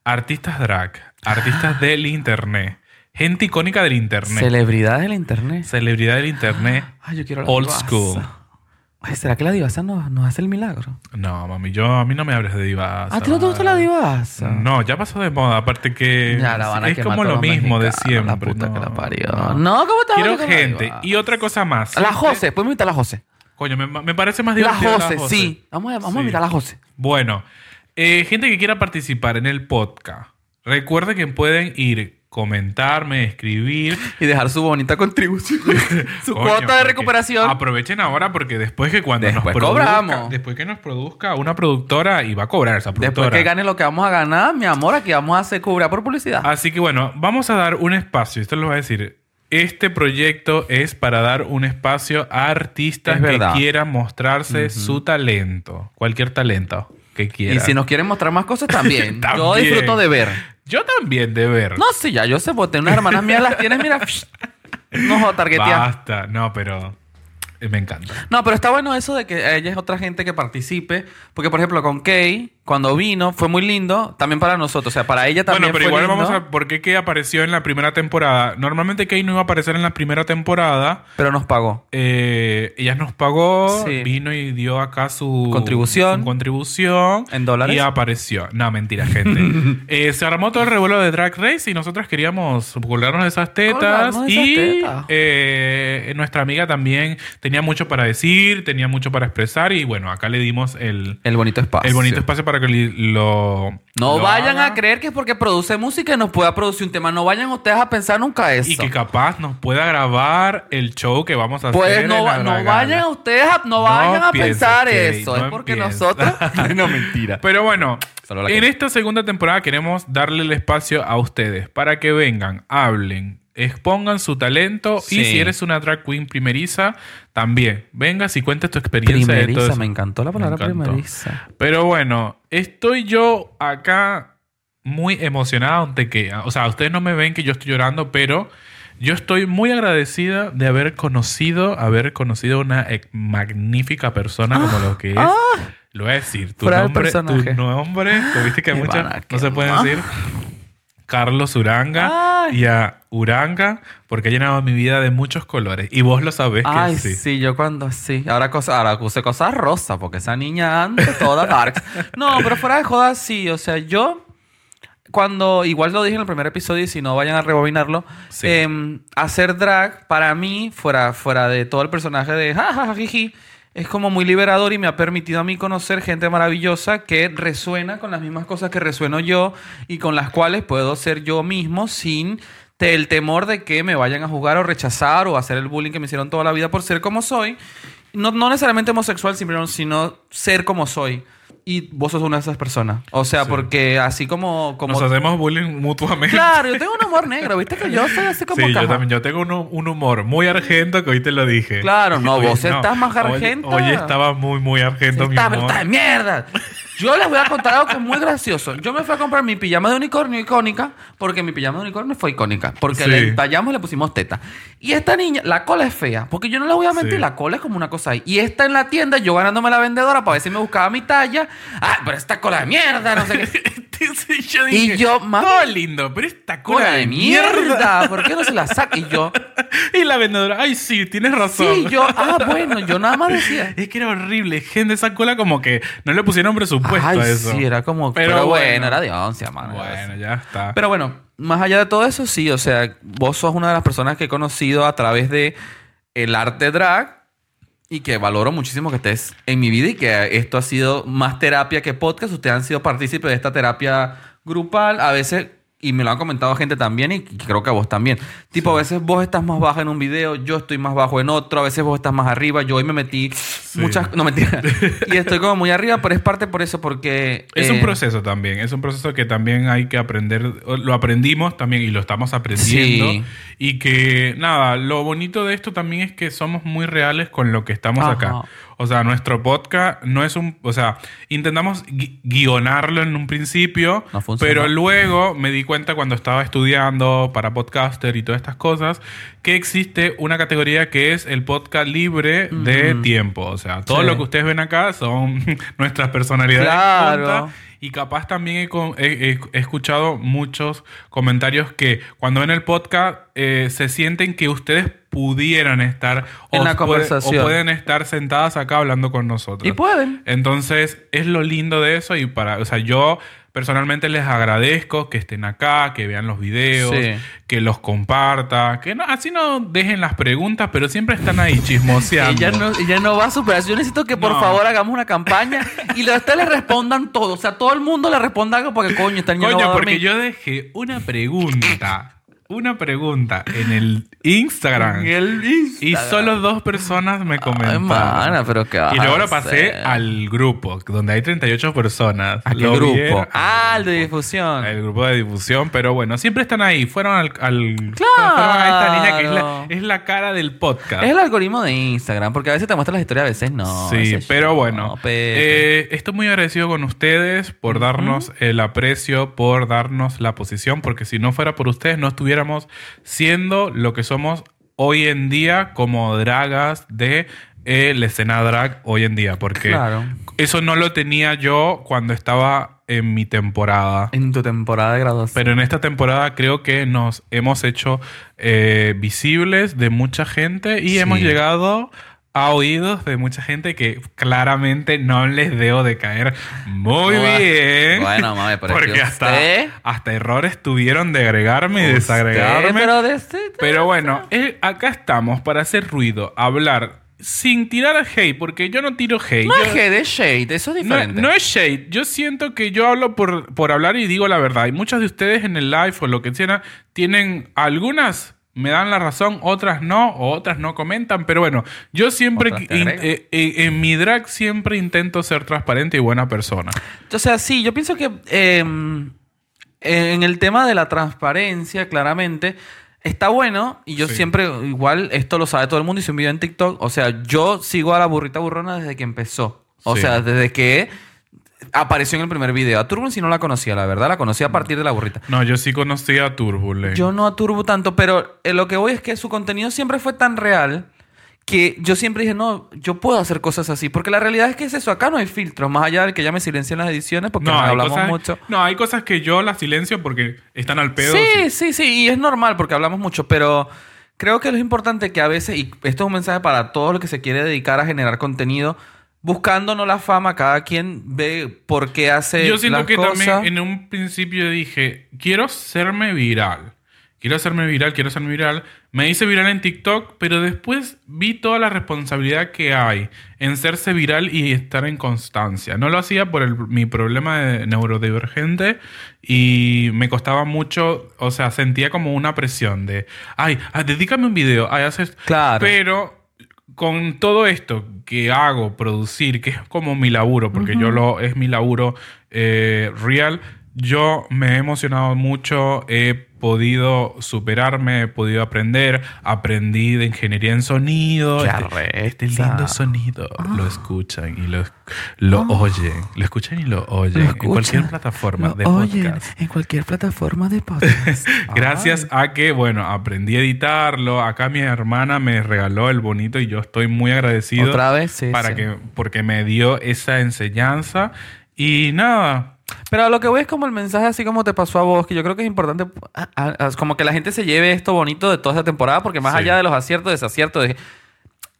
artistas drag, artistas del internet, gente icónica del internet,
Celebridades del internet.
celebridad del internet.
Ay, yo quiero la
Old
divasa.
school.
Ay, ¿será que la divasa nos, nos hace el milagro?
No, mami, yo a mí no me hables de divas.
¿A ti no te gusta la divasa?
No, ya pasó de moda, aparte que
Ya la van a
es
quemar
como
todos
lo
los
mismo de
mexicanos,
siempre.
La puta
no,
que la parió.
no.
No, ¿cómo te vas a
Quiero
meter con la
gente.
divasa?
Y otra cosa más.
A la
Siempre-
Jose. Podemos invitar a la Jose.
Coño, me, me parece más
La
divertido.
Jose, sí. Vamos, a, vamos
Sí.
a invitar a la Jose.
Bueno, eh, gente que quiera participar en el podcast, recuerden que pueden ir, comentarme, escribir.
Y dejar su bonita contribución. <laughs> su
<laughs> Coño,
cuota de
porque
recuperación.
Aprovechen ahora porque después que cuando
Después
nos produzca,
cobramos.
después que nos produzca una productora y va a cobrar esa productora.
Después que gane lo que vamos a ganar, mi amor, aquí vamos a hacer cobrar por publicidad.
Así que bueno, vamos a dar un espacio, esto lo voy a decir. Este proyecto es para dar un espacio a artistas
Es
que
verdad.
quieran mostrarse su talento, cualquier talento que quieran.
y si nos quieren mostrar más
<laughs>
cosas también. Yo
También.
disfruto de ver.
Yo también de ver.
No, sí, ya yo sé, boté unas hermanas mías las tienes, mira. No, joda, targetea.
Basta, no, pero eh, me encanta.
No, pero está bueno eso de que ella es otra gente que participe. Porque, por ejemplo, con Kay, cuando vino, fue muy lindo. También para nosotros. O sea, para ella también
bueno, pero
fue
igual
lindo,
vamos a por qué que apareció en la primera temporada. Normalmente Kay no iba a aparecer en la primera temporada.
Pero nos pagó.
Eh, ella nos pagó,
Sí.
vino y dio acá su
Contribución.
su contribución
¿En dólares?
Y apareció. No,
<laughs>
mentira, gente. Eh, se armó todo el revuelo de Drag Race y nosotras queríamos colgarnos de esas tetas.
Colgarnos de esas
y
tetas.
eh, nuestra amiga también tenía mucho para decir, tenía mucho para expresar. Y bueno, acá le dimos el,
El bonito espacio.
el bonito espacio para que li- lo.
No
lo
vayan
haga.
a creer que es porque produce música y nos pueda producir un tema. No vayan ustedes a pensar nunca eso.
Y que capaz nos pueda grabar el show que vamos a hacer.
Pues
en
no,
la
va- no
Drag Gala.
vayan a ustedes a, no vayan a
pienses,
pensar
Kate,
eso.
no
es porque
pienses. <laughs>
nosotros. no, mentira.
Pero bueno,
Solo la
en este-
que-
esta segunda temporada queremos darle el espacio a ustedes para que vengan, hablen, expongan su talento y
Sí.
si eres una drag queen primeriza, también vengas y cuentes tu experiencia de todo
Primeriza,
eso.
me encantó la
Me
palabra
encantó.
primeriza.
Pero bueno, estoy yo acá muy emocionada ante que, o sea, ustedes no me ven que yo estoy llorando, pero yo estoy muy agradecida de haber conocido, haber conocido una ex- magnífica persona como lo que es. Lo voy a decir, tu
Ah, Fuera del
nombre, tu
personaje.
nombre, tú viste que
Me van
muchas
a
no se pueden
quemar.
decir. Carlos Uranga
Ay.
y a Uranga, porque ha llenado mi vida de muchos colores. Y vos lo sabés que
Ay,
sí.
sí. yo cuando sí. Ahora, cosa, ahora usé cosas rosas, porque esa niña anda toda
<laughs>
dark. No, pero fuera de joda, sí. O sea, yo. Cuando, igual lo dije en el primer episodio, y si no vayan a rebobinarlo,
Sí.
em, hacer drag para mí, fuera, fuera de todo el personaje de jajaja, jiji, es como muy liberador y me ha permitido a mí conocer gente maravillosa que resuena con las mismas cosas que resueno yo y con las cuales puedo ser yo mismo sin te- el temor de que me vayan a juzgar o rechazar o hacer el bullying que me hicieron toda la vida por ser como soy. No, no necesariamente homosexual, sino, sino ser como soy. Y vos sos una de esas personas. O sea,
Sí.
porque así como... como
Nos hacemos bullying mutuamente.
Claro, yo tengo un humor negro, ¿viste? Que yo soy así como
sí, yo
caja.
también. Yo tengo un, un humor muy argento que hoy te lo dije.
Claro, no, vos estás más
Hoy-
argenta.
Hoy, estaba muy, muy argento mi
Esta
humor. <laughs>
esta de mierda. Yo les voy a contar algo que es muy gracioso. Yo me fui a comprar mi pijama de unicornio icónica porque mi pijama de unicornio fue icónica. Porque
Sí.
le tallamos y le pusimos teta. Y esta niña, la cola es fea. Porque yo no le voy a mentir,
Sí.
la cola es como una cosa ahí. Y esta en la tienda, yo ganándome la vendedora para ver si me buscaba mi talla. Ah, pero esta cola de mierda, no sé
<laughs>
qué.
Entonces
<laughs>
yo
Y
dije,
yo, mami.
"Todo lindo, pero esta cola de mierda.
¿Por qué no se la saca? Y
<laughs>
yo,
Y la vendedora, ay, sí, tienes razón.
sí, yo, ah, bueno, yo nada más decía.
<laughs> Es que era horrible, gente, esa cola como que no le pusieron presupuesto
Ay,
a eso.
sí, era como. Pero, bueno, era de once, mano.
Bueno, ya está.
Pero bueno, más allá de todo eso, sí, o sea, vos sos una de las personas que he conocido a través de el arte drag y que valoro muchísimo que estés en mi vida y que esto ha sido más terapia que podcast. Ustedes han sido partícipes de esta terapia grupal, a veces Y me lo han comentado gente también y creo que a vos también. Tipo, a veces vos estás más baja en un video, yo estoy más bajo en otro, a veces vos estás más arriba, yo hoy me metí muchas... No,
<laughs>
mentira. y estoy como muy arriba, pero es parte por eso, porque...
Es un
eh,
proceso también, es un proceso que también hay que aprender, lo aprendimos también y lo estamos aprendiendo.
Sí.
Y que nada, lo bonito de esto también es que somos muy reales con lo que estamos
Ajá.
acá. O sea, nuestro podcast no es un, o sea, intentamos gui- guionarlo en un principio,
No funcionó.
pero luego me di cuenta cuando estaba estudiando para podcaster y todas estas cosas que existe una categoría que es el podcast libre de tiempo, o sea, todo
Sí.
lo que ustedes ven acá son <laughs> nuestras personalidades.
Claro.
juntas. Y capaz también he, con- he- he- he escuchado muchos comentarios que cuando ven el podcast eh, se sienten que ustedes pudieran estar
En la
puede-
conversación.
o pueden estar sentadas acá hablando con nosotros.
Y pueden.
Entonces, es lo lindo de eso y para, o sea, yo personalmente les agradezco que estén acá, que vean los videos,
Sí.
que los compartan, que no, así no dejen las preguntas, pero siempre
<laughs>
están ahí chismoseando.
Ella no, ella no va a superar. Yo necesito que por
No.
favor hagamos una campaña y la- ustedes le respondan todo. O sea, todo el mundo le responda algo porque coño, esta niña no va
Coño,
a
porque
dormir.
yo dejé una pregunta, una pregunta en el Instagram
En el Instagram.
y solo dos personas me
Ay,
comentaron.
mana, pero qué vas
y luego
a
lo pasé
hacer?
al grupo, donde hay 38 personas.
¿A qué
Lo
grupo?
vieron-
Ah, el de difusión.
El grupo de difusión, pero bueno, siempre están ahí. Fueron al. al-
Claro.
Fueron a esta niña que es la, es la cara del podcast.
Es el algoritmo de Instagram, porque a veces te muestra las historias, a veces no. a
sí,
veces
pero
no,
bueno.
Pepe.
eh, estoy muy agradecido con ustedes por darnos el aprecio, por darnos la posición, porque si no fuera por ustedes, no estuviéramos siendo lo que somos hoy en día como dragas de eh, la escena drag hoy en día. Porque
Claro.
eso no lo tenía yo cuando estaba en mi temporada.
En tu temporada de graduación.
Pero en esta temporada creo que nos hemos hecho eh, visibles de mucha gente y
Sí.
hemos llegado a oídos de mucha gente que claramente no les debo de caer muy
Bueno,
bien. <laughs>
bueno, mami, pero es que
Porque hasta,
usted-
hasta errores tuvieron de agregarme y
Usted,
desagregarme.
Pero, de este-
Pero bueno, eh, acá estamos para hacer ruido, hablar, sin tirar hate, porque yo no tiro hate.
No
yo-
es que de shade, eso es
no,
diferente.
no es shade. Yo siento que yo hablo por, por hablar y digo la verdad. Y muchas de ustedes en el live o lo que sea tienen algunas. Me dan la razón, otras no, o otras no comentan, pero bueno, yo siempre,
Otras te
in-
agregan.
eh, eh, en mi drag siempre intento ser transparente y buena persona.
O sea, sí, yo pienso que eh, en el tema de la transparencia, claramente, está bueno. Y yo
Sí.
siempre, igual, esto lo sabe todo el mundo. Hice un video en TikTok. O sea, yo sigo a la burrita burrona desde que empezó. O
Sí.
sea, desde que apareció en el primer video. A Turbo si no la conocía, la verdad, la conocía a partir de la burrita.
No, yo sí conocí a Turbulent.
Yo no a Turbo tanto, pero eh, lo que voy es que su contenido siempre fue tan real que yo siempre dije, no, yo puedo hacer cosas así. Porque la realidad es que es eso. Acá no hay filtros, más allá del que ya me silencian las ediciones porque nos
hay
hablamos
cosas-
mucho.
No, hay cosas que yo las silencio porque están al pedo.
Sí, sí, sí, y es normal porque hablamos mucho, pero creo que lo importante que a veces, y esto es un mensaje para todo el que se quiere dedicar a generar contenido, buscando no la fama, cada quien ve por qué hace
Yo siento
las
que
cosas.
también en un principio dije, quiero hacerme viral. Quiero hacerme viral, quiero hacerme viral. Me hice viral en TikTok, pero después vi toda la responsabilidad que hay en serse viral y estar en constancia. No lo hacía por el- mi problema de neurodivergente y me costaba mucho, o sea, sentía como una presión de, ay, ah, dedícame un video, ay, haces...
Claro.
Pero con todo esto que hago, producir, que es como mi laburo, porque yo lo es mi laburo eh, real, yo me he emocionado mucho, he podido superarme, he podido aprender, aprendí de ingeniería en sonido.
Qué
Este, este
arrecha. Ah.
lindo sonido lo escuchan y lo, lo oyen, lo escuchan y lo oyen
Lo
en cualquier
escuchan,
plataforma
lo
de
oyen
podcast.
en cualquier plataforma de
<laughs>
podcast.
Gracias a que, bueno, aprendí a editarlo. Acá mi hermana me regaló el bonito y yo estoy muy
Ay,
agradecido.
Otra vez, sí,
para
sí.
que, porque me dio esa enseñanza. Y nada.
Pero a lo que voy es como el mensaje así como te pasó a vos, que yo creo que es importante a- a- a- como que la gente se lleve esto bonito de toda esta temporada, porque más
Sí.
allá de los aciertos, desaciertos, de-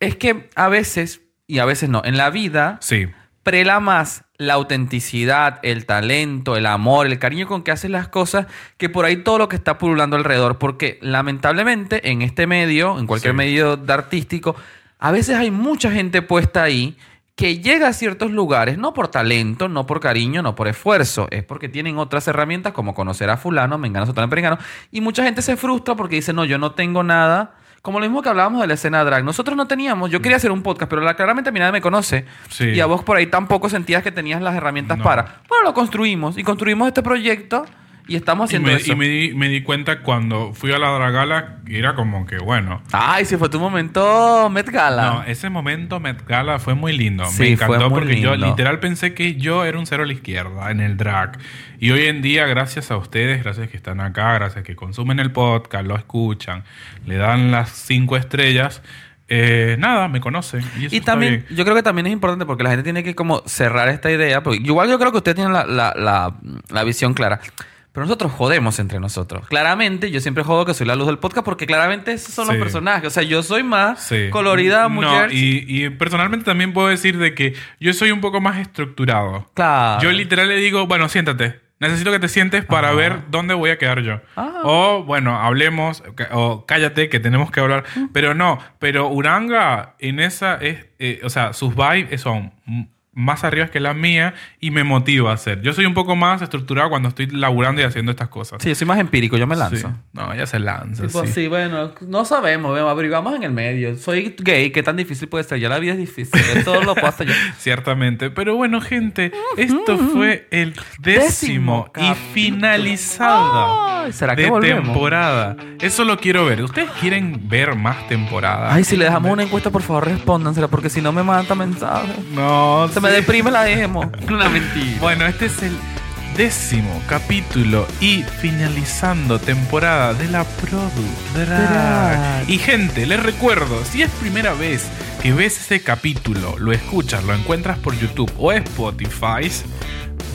es que a veces, y a veces no, en la vida
Sí.
prela más la autenticidad, el talento, el amor, el cariño con que haces las cosas, que por ahí todo lo que está pululando alrededor, porque lamentablemente en este medio, en cualquier
Sí.
medio de artístico, a veces hay mucha gente puesta ahí que llega a ciertos lugares no por talento, no por cariño, no por esfuerzo, es porque tienen otras herramientas como conocer a fulano, mengano, sotano, perengano, y mucha gente se frustra porque dice, no, yo no tengo nada. Como lo mismo que hablábamos de la escena drag. Nosotros no teníamos, yo quería hacer un podcast, pero la, claramente a mí nadie me conoce.
Sí.
Y a vos por ahí tampoco sentías que tenías las herramientas
No.
para. Bueno, lo construimos y construimos este proyecto y estamos
Y,
haciendo
me,
eso.
y me di, me di cuenta cuando fui a la Dragala, que era como que, bueno,
Ay, si fue tu momento, Met Gala.
No, ese momento Met Gala fue muy lindo.
Sí,
Me encantó
fue muy
porque yo
lindo.
literal pensé que yo era un cero a la izquierda en el drag. Y hoy en día, gracias a ustedes, gracias que están acá, gracias que consumen el podcast, lo escuchan, le dan las cinco estrellas, eh, nada, me conocen. Y, eso
Y
está
también,
bien.
yo creo que también es importante porque la gente tiene que como cerrar esta idea, porque igual yo creo que ustedes tienen la, la- la- la visión clara. Pero nosotros jodemos entre nosotros. Claramente, yo siempre jodo que soy la luz del podcast porque claramente esos son los
Sí.
personajes. O sea, yo soy más
Sí.
colorida,
No,
mujer.
y, y personalmente también puedo decir de que yo soy un poco más estructurado.
Claro.
Yo literal le digo, bueno, siéntate. Necesito que te sientes para ver dónde voy a quedar yo.
Ah.
O, bueno, hablemos, ca- o cállate, que tenemos que hablar.
Mm.
Pero no, pero Uranga en esa es, eh, o sea, sus vibes son m- más arriba que la mía y me motiva a hacer. Yo soy un poco más estructurado cuando estoy laburando y haciendo estas cosas.
Sí, yo soy más empírico, yo me lanzo.
Sí. No, ella se lanza.
Tipo,
sí.
sí. bueno, no sabemos, vemos, averiguamos en el medio. Soy gay, ¿qué tan difícil puede ser? Ya la vida es difícil, yo todo lo puedo
<laughs>
hacer yo.
Ciertamente. Pero bueno, gente, esto fue el décimo,
Décimo
y
capítulo. Oh.
finalizada
Ay, ¿será que
de
volvemos?
temporada. Eso lo quiero ver. ¿Ustedes quieren ver más temporadas?
Ay, si le dejamos una encuesta, por favor, respóndansela, porque si no me mata mensaje.
No.
Se me
sí.
deprime la
<laughs>
dejemos. Una mentira.
Bueno, este es el décimo capítulo y finalizando temporada de la Product Drag.
Drag.
Y gente, les recuerdo, si es primera vez que ves ese capítulo, lo escuchas, lo encuentras por YouTube o Spotify,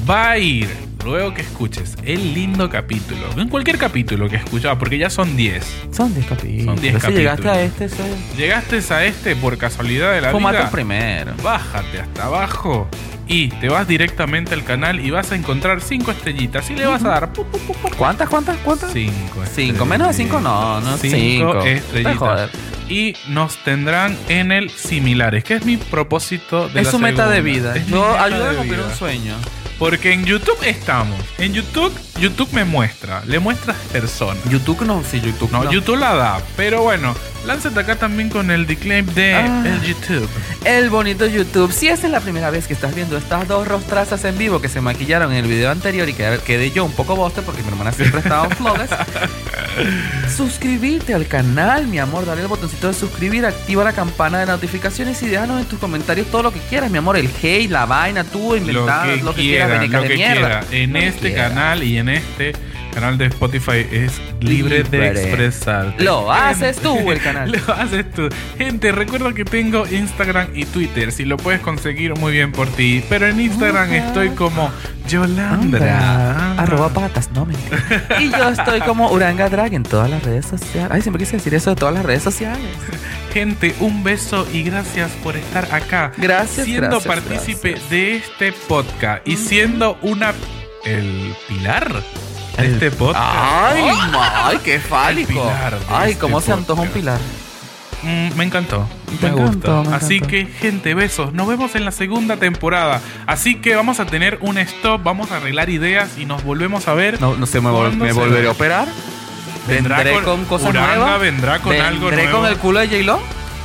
va a ir luego que escuches el lindo capítulo, en cualquier capítulo que escuchaba, porque ya son 10.
Son 10 capítulos.
Son 10
Si llegaste
capítulos.
a este, soy...
Llegaste a este por casualidad de la
Fumate el
vida.
primero.
bájate hasta abajo y te vas directamente al canal y vas a encontrar cinco estrellitas y le vas a dar pu, pu, pu, pu,
¿Cuántas, cuántas, cuántas?
cinco.
Cinco. Menos de cinco, no. no
Cinco
cinco.
estrellitas.
Te joder.
Y nos tendrán en el similares, que es mi propósito de
Es
la
su meta de
segunda.
vida.
Es mi
Yo
meta
ayudo a
de
cumplir
vida.
un sueño.
Porque en YouTube estamos. En YouTube, YouTube me muestra, le muestra a personas.
YouTube no, sí, YouTube
No, YouTube la da, pero bueno, lánzate acá también con el declaim de
Ah.
el YouTube.
El bonito YouTube. Si esta es la primera vez que estás viendo estas dos rostrazas en vivo que se maquillaron en el video anterior y que quedé yo un poco boste porque mi hermana siempre estaba en
<laughs>
flores. Suscribirte al canal, mi amor. Dale el botoncito de suscribir, activa la campana de notificaciones y déjanos en tus comentarios todo lo que quieras, mi amor. El hate, la vaina, tú
lo
inventado,
que,
lo que
quieran,
quieras, veneca
lo
de
que
mierda.
quieran. En
Lo que
este
quieras.
canal y en este canal de Spotify es libre, de
Libre.
expresarte.
Lo haces
Gente,
tú, el canal.
<laughs> Lo haces tú. Gente, recuerda que tengo Instagram y Twitter. Si lo puedes conseguir, muy bien por ti. Pero en Instagram
Hola.
estoy como Yolandra.
Andra, Arroba patas, no
<laughs>
mentira. Y yo estoy como Uranga Drag en todas las redes sociales. Ay, siempre quise decir eso de todas las redes sociales.
Gente, un beso y gracias por estar acá.
Gracias,
siendo
gracias,
partícipe
gracias.
de este podcast y siendo una el pilar de
El-
este podcast.
Ay, ay, qué
El
fálico.
pilar de
Ay,
este
cómo se antoja un
podcast.
pilar.
Mm, me encantó.
Te
Me
encantó,
gusta.
me
Así
encantó.
que, gente, besos. Nos vemos en la segunda temporada. Así que vamos a tener un stop, vamos a arreglar ideas y nos volvemos a ver.
No, no sé, me, vol-
¿Cuándo
me
será?
volveré a operar.
Vendrá
vendré
con-
con, cosas
Uranga
nuevas.
vendrá con algo
Vendré
nuevo.
con el culo de J-Lo.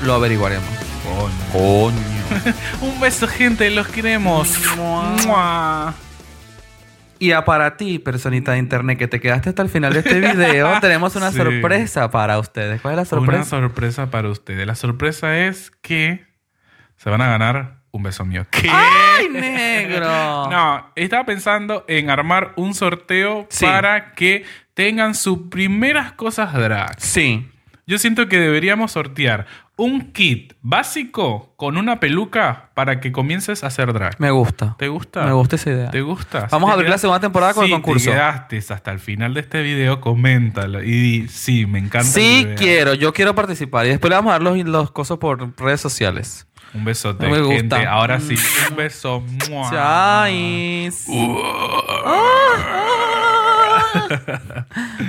Lo averiguaremos.
Coño.
Coño.
Un beso, gente. Los queremos.
Mua.
Mua.
y a para ti, personita de internet, que te quedaste hasta el final de este
<laughs>
video, tenemos una
Sí.
sorpresa para ustedes. ¿Cuál es la
Una
sorpresa?
sorpresa para ustedes. La sorpresa es que se van a ganar un beso mío. ¿Qué?
¡Ay, negro!
<laughs> No, estaba pensando en armar un sorteo
Sí.
para que tengan sus primeras cosas drag.
Sí.
Yo siento que deberíamos sortear un kit básico con una peluca para que comiences a hacer drag.
Me gusta.
¿Te gusta?
Me gusta esa idea.
¿Te gusta?
Vamos
Si
a
te
abrir la
quedas-
segunda temporada con el
Si
concurso.
te quedaste hasta el final de este video, coméntalo y di, sí, me encanta.
Sí
que veas".
quiero, yo quiero participar. Y después le vamos a dar los, los cosas por redes sociales.
Un besote,
Me gusta.
gente. Ahora sí, un beso. ¡Mua!
Chais.
Uh. Uah.